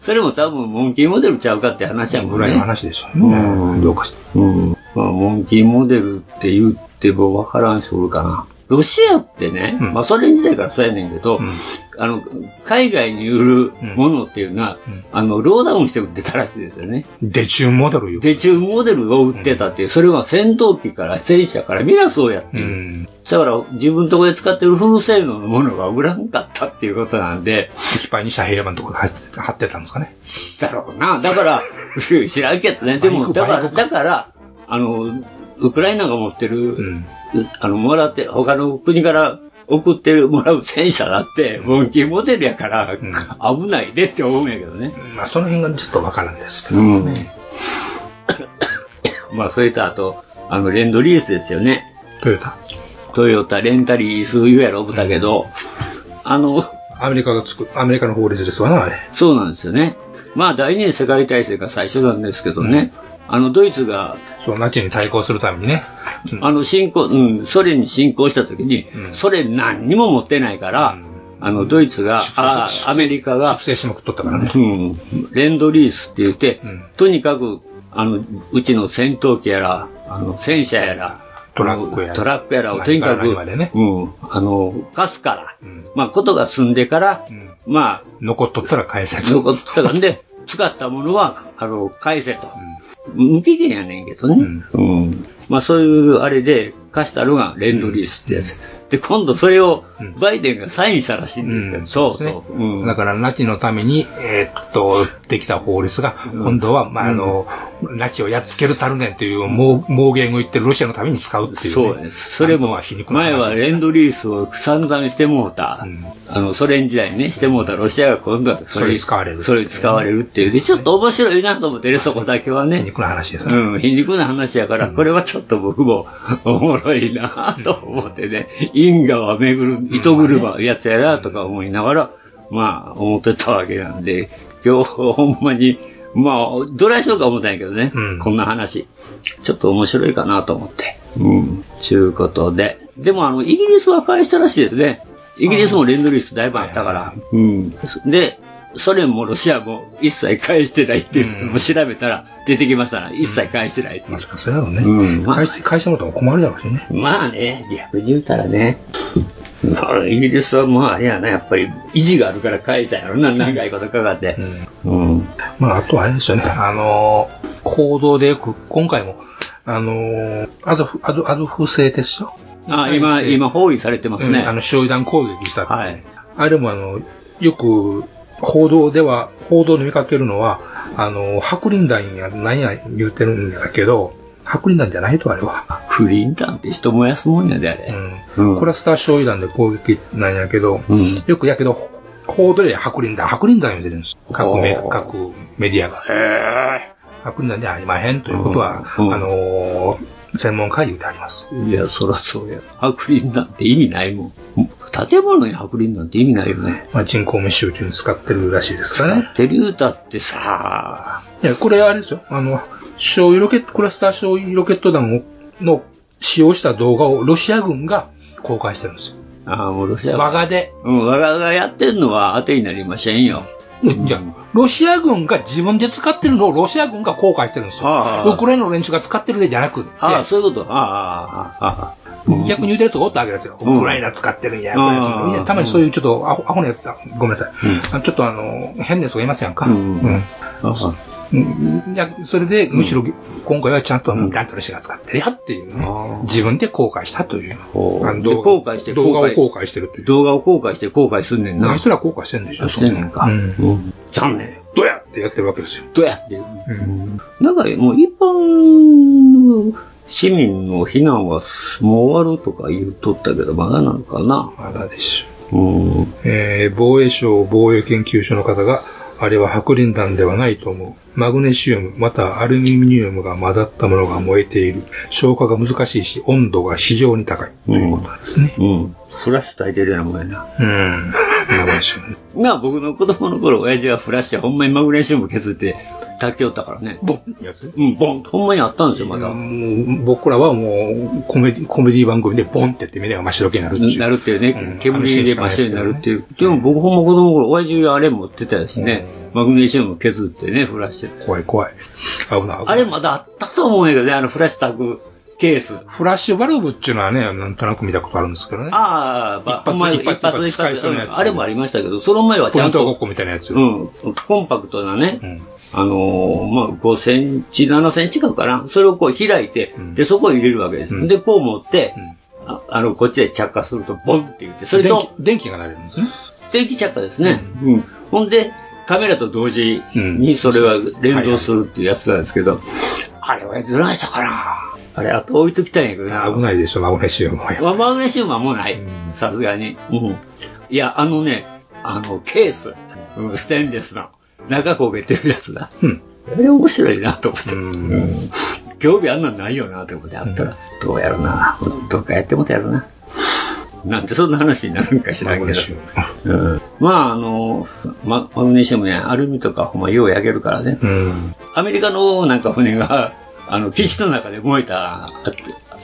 S7: それも多分、モンキーモデルちゃうかって話やもんね。
S6: ぐらいの話でしょうね。
S7: うん、どうかして。うん。まあ、モンキーモデルって言っても分からん人おるかな。ロシアってね、まあソ連時代からそうやねんけど、あの、海外に売るものっていうのは、あの、ローダウンして売ってたらしいですよね。
S6: デチューモデルよ。
S7: デチューモデルを売ってたっていう、それは戦闘機から戦車から皆そうやっていう。だから自分とこで使ってるフル性能のものが売らんかったっていうことなんで、
S6: いっぱいに遮蔽山のところで走って貼ってたんですかね。
S7: だろうな。だから、 知らんけどね。でも、だから、だから、あの、ウクライナが持ってる、あの、もらって、他の国から送ってる、もらう戦車だって、モンキーモデルやから、危ないでって思うんやけどね。
S6: まあ、その辺がちょっとわからんですけ
S7: どね。まあ、それとあと、あの、レンドリースですよね。
S6: トヨタ。
S7: トヨタ、レンタリース言うやろ、ぶたけど、あの、
S6: アメリカが作アメリカの法律ですわな、あれ。
S7: そうなんですよね。まあ、第二次世界大戦が最初なんですけどね、あの、ドイツが、
S6: そう、ナチに対抗するためにね。
S7: あの、侵攻、うん、ソ連に侵攻した時に、ソ連何にも持ってないから、あの、ドイツが、あアメリカが、
S6: 制しまくっとったからね。
S7: うん、レンドリースって言って、とにかく、あの、うちの戦闘機やら、あの、戦車やら、
S6: トラックやら
S7: トラックやらをとにか
S6: 何
S7: く、
S6: から何までね
S7: うん、あの、貸すから、まあ、ことが済んでから、まあ、
S6: 残っとったら返せと。
S7: 残ったからで、使ったものは、あの、返せと。無期限やねんけどね。うんまあ、そういうあれで貸したのがレンドリースってやつ。で、今度それをバイデンがサインしたらしいんですよ。そうそう。うん
S6: だから、ナチのために、えーっと、できた法律が、今度は、まあ、あの、ナチをやっつけるたるねんっていう、もう、盲言を言って、ロシアのために使うっていう、ね。
S7: そうです。それも、前はレンドリースを散々してもうた、あの、ソ連時代にね、してもうたロシアが今度は
S6: それに使われる
S7: それに使われるっていう。で、ちょっと面白いなと思ってね、そこだけはね。皮
S6: 肉な話ですね。
S7: うん、皮肉な話やから、これはちょっと僕も おもろいなと思ってね、因果は巡る、糸車やつやなとか思いながら、まあ、思ってたわけなんで、今日ほんまに、まあ、どないしようか思ったんやけどね、こんな話。ちょっと面白いかなと思って。うん。ちゅうことで。でも、あの、イギリスは返したらしいですね。イギリスもレンドリースだいぶあったから。うん。で、ソ連もロシアも一切返してないっていうのも調べたら出てきましたな、一切返してないっていう。
S6: そうやろうね。うん。返して、返してもらったら困るだろうしね。
S7: まあね、逆に言うたらね、まあイギリスはまあ、あれやな、やっぱり意地があるから返したんやろな、長いことかかって。うん。
S6: まあ、あとはあれですよね、あのー、行動でよく、今回も、あのー、アドフ、アド、アドフ製でしょ
S7: あ今、今包囲されてますね。
S6: うんあの、集団攻撃したって。あれもあの、よく、報道では、報道で見かけるのは、あの、白輪団や何や言ってるんだけど、白輪団じゃないと、あれは。
S7: クリンタンって人燃やすもんやで、あれ。
S6: うん。クラスター焼夷弾で攻撃なんやけど、よくやけど、報道では白輪団、白輪団言ってるんです。各メ
S7: おー
S6: 各メディアが。白輪団ではありまへんということは、あのー専門家は言うてあります。
S7: いや、そらそうや。白輪弾って意味ないもん。建物に白輪弾って意味ないよね。
S6: まあ、人口密集中に使ってるらしいですからね。
S7: 手竜太ってさ、
S6: いや、これあれですよ。あの、小ロケット、クラスター小ロケット弾を、の使用した動画をロシア軍が公開してるんですよ。
S7: ああ、もうロシア
S6: 我がで。
S7: うん、我ががやってんのは当てになりませんよ。
S6: いや、ロシア軍が自分で使ってるのをロシア軍が公開してるんです
S7: あ
S6: よ。
S7: あ
S6: ウクライナの連中が使ってるでじゃなくって、
S7: ああ、そういうこと。ああ、ああ、ああ。
S6: 逆に言うてるやつがおったわけですよ。
S7: うん
S6: ウクライナ使ってるんや、
S7: うん
S6: ウクライナ使ってるんやたまにそういうちょっとアホアホなやつだ。ごめんなさい。あのちょっとあの、変なやつがいますやんか。うんうんいや、それで、むしろ、今回はちゃんと、ダントル氏が使ってるやっていうね、自分で後悔したという、あの動画
S7: 後悔して、
S6: 動画を
S7: 後
S6: 後悔してるという。
S7: 悔。動画を後悔して後悔すんねんな。
S6: あいつら後悔してるんでしょ、
S7: してんねんか。
S6: うん。
S7: 残念。
S6: どうやってやってるわけですよ。
S7: どうやって。
S6: うん。
S7: なんかもう一般の市民の避難はもう終わるとか言うとったけど、まだなのかな。
S6: まだでし
S7: ょ。うん。
S6: えー防衛省防衛研究所の方が、あれは白リン弾ではないと思う。マグネシウム、またアルミニウムが混ざったものが燃えている。消火が難しいし、温度が非常に高い。
S7: うん。うん。フラッシュ焚いてるようなもんやな。
S6: うん。マグネシウム。
S7: なあ、僕の子供の頃、親父はフラッシュ、ほんまにマグネシウム削って、炊きよったからね。
S6: ボンやつ
S7: うん、ボンってほんまにあったんですよ、まだ。
S6: もう僕らはもうコメディ、コメディ番組でボンってやって目が真っ白けになるっていう。
S7: なるっていうね、煙で真っ白になるっていう。でも僕ほんま子供の頃、親父があれ持ってたですね。マグネシウム削ってね、フラッシュ。
S6: 怖い怖い。危ない危ない。
S7: あれまだあったと思うんやけどね、あのフラッシュ炊くケース。
S6: フラッシュバルブっていうのはね、なんとなく見たことあるんですけどね。
S7: ああ、ば
S6: 一発
S7: ほんまに
S6: 一発
S7: 一
S6: 使い
S7: 発
S6: そう
S7: う
S6: なやつ
S7: んあれもありましたけど、その前はち
S6: ポイ
S7: ゃ
S6: ン
S7: ん
S6: トご
S7: と
S6: っ、こみたいなやつ。
S7: うん、コンパクトなね、あのーまあ、5センチ、7センチ角かな。それをこう開いて、で、そこへ入れるわけです。で、こう持って、ああの、こっちで着火すると、ボンって言って、それと、
S6: 電気が流れるんですね。
S7: 電気着火ですね。うん。ほんで、カメラと同時にそれは連動するっていうやつなんですけど、あれはやつどないしたかなあれ、あと置いときたいんやけどな。
S6: 危ないでしょ、マグネシウムは。
S7: まあマグネシウムはもうない。さすがに。うん。いや、あのね、あの、ケース。うん、ステンレスの。中焦げてるやつだ。
S6: うん。
S7: あれ面白いなと思って。うん。興味あんなんないよなということであったら、どうやろな。どっかやってもたやろな。なんてそんな話になるんか知らんけど。うん。まあ、あの、ママグネシウムね、アルミとかほんまよう焼けるからね。
S6: うん。
S7: アメリカのなんか船が、あの、基地の中で燃えた、あ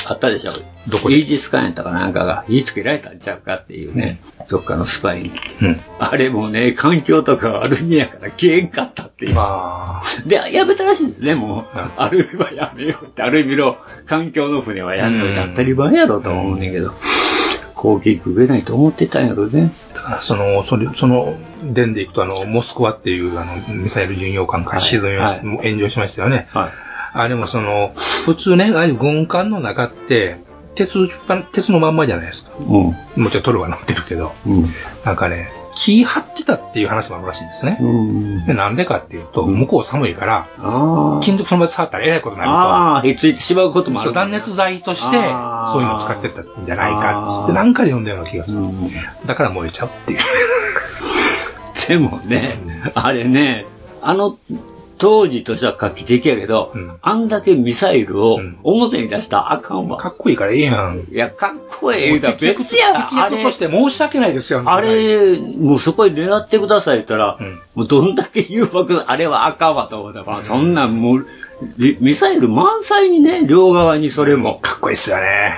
S7: あったでしょ。どこイージス艦やったかなんかが、火つけられたんちゃうかっていうね、どっかのスパイに。
S6: うん。
S7: あれもね、環境とかアルミやから消えんかったっていう。で、やめたらしいんですね、もう。アルミはやめようって、アルミの環境の船はやめようって、当たり前やろと思うねんけど、攻撃食えないと思ってたんやろね。
S6: だからその、それ、その、電で行くと、あの、モスクワっていう、あの、ミサイル巡洋艦が沈みまし、もう炎上しましたよね。あれもその、普通ね、ああいう軍艦の中って、鉄、鉄のまんまじゃないですか。
S7: うん。
S6: もちろん取るはなってるけど、
S7: うん。
S6: なんかね、気張ってたっていう話もあるらしいんですね。でなんでかっていうと、向こう寒いから、金属その場で触ったらえらいことになると。
S7: ああ、ひっついてしまうこともあ
S6: そ
S7: る
S6: う。断熱材として、そういう
S7: あー
S6: のを使ってったんじゃないかっつって、なんかで読んだような気がする。だから燃えちゃうっていう。
S7: でもね、あれね、あの当時としては画期的やけど、あんだけミサイルを表に出したらあかんわ。か
S6: っこいいからええやん。
S7: いや、かっこええ言うたら
S6: 敵役
S7: 別や
S6: 敵役として申し訳ないですよ、
S7: あれ、もうそこに狙ってください言ったら、もうどんだけ誘惑、あれはあかんわと思ったから、そんなんもう、リミサイル満載にね、両側にそれも。
S6: かっこいいっすよね。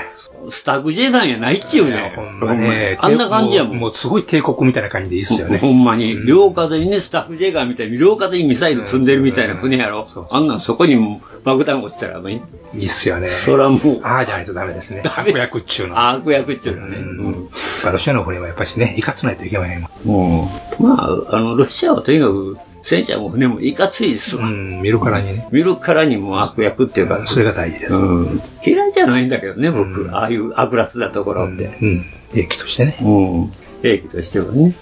S7: スタグジェイさんやないっちゅうね。ほんま
S6: ね
S7: あんな感じやもん。
S6: もうすごい帝国みたいな感じでいいっすよね。
S7: ほんまに。両肩にね、スタッフジェガーみたいに、両肩にミサイル積んでるみたいな船やろ。あんなんそこに爆弾落ちたらもういい。
S6: いいっすよね。
S7: それはもう。
S6: ああじゃないとダメですね。
S7: ダメ
S6: 悪役っちゅうの。
S7: 悪役っちゅうのね。
S6: うん。ロシアの船はやっぱしね、いかつないといけないも、
S7: ん。うん。まあ、あの、ロシアはとにかく、戦車も船もいかついですわ。うん
S6: 見るからにね。
S7: 見るからにも悪役っていうか。
S6: それが大事です。
S7: うん。嫌いじゃないんだけどね、僕。ああいう悪辣なところって。
S6: うん。兵器としてね。
S7: うん。兵器としてはね。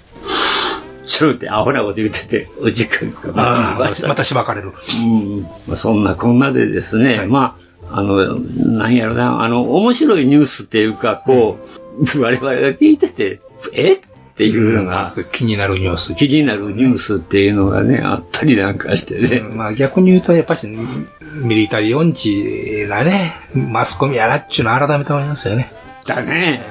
S7: ちょってアホなこと言ってて、お時間
S6: が。またしばかれる。
S7: うん。まあ、そんなこんなでですね、はい、まあ、あの、なんやろな、あの、面白いニュースっていうか、こう、うん、我々が聞いてて、えっていうのが、
S6: うん、気になるニュース。
S7: 気になるニュースっていうのがね、あったりなんかしてね。
S6: まあ逆に言うと、やっぱし、ミリタリー音痴だね、マスコミやらっちゅうの改めて思いますよね。
S7: だね。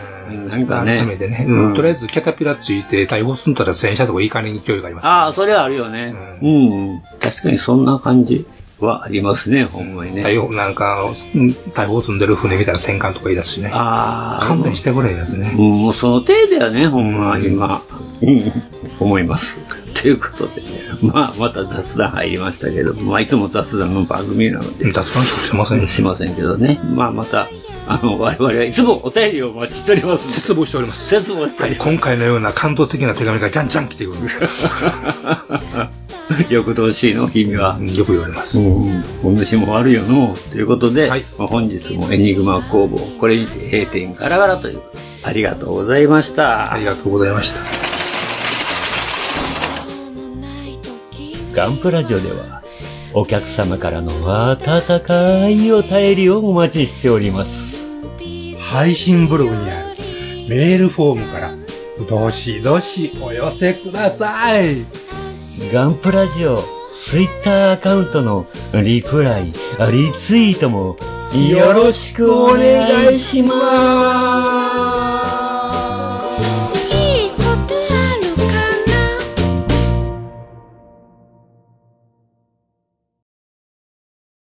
S7: なんかね。
S6: 改めてね。うん。とりあえず、キャタピラついて、対応するんだったら戦車とかいい感じに勢いがあります、
S7: ああ、それはあるよね。うん。確かにそんな感じはありますね、ほんまにね。
S6: 対応、なんか、対応積んでる船みたいな戦艦とか言い出すしね。
S7: あ
S6: あ。勘弁してくれやつね。
S7: うん、もうその程度やね、ほんま、今。うん。思います。ということでね、まあ、また雑談入りましたけど、まあ、いつも雑談の番組なので。
S6: 雑談しかしません。
S7: しませんけどね。まあ、また、あの、我々はいつもお便りをお待ちしております。
S6: 絶望しております。
S7: 絶望しておりま す。
S6: 今回のような感動的な手紙がじゃんじゃん来てくる。
S7: 翌年の日には、
S6: よく言われます。
S7: お主も悪いよのということで、はい、本日もエニグマ工房、これにて閉店ガラガラという、ありがとうございました。
S6: ありがとうございました。
S13: ガンプラジオでは、お客様からの温かいお便りをお待ちしております。
S8: 配信ブログにあるメールフォームからどしどしお寄せください
S13: ガンプラジオツイッターアカウントのリプライリツイートもよろしくお願いし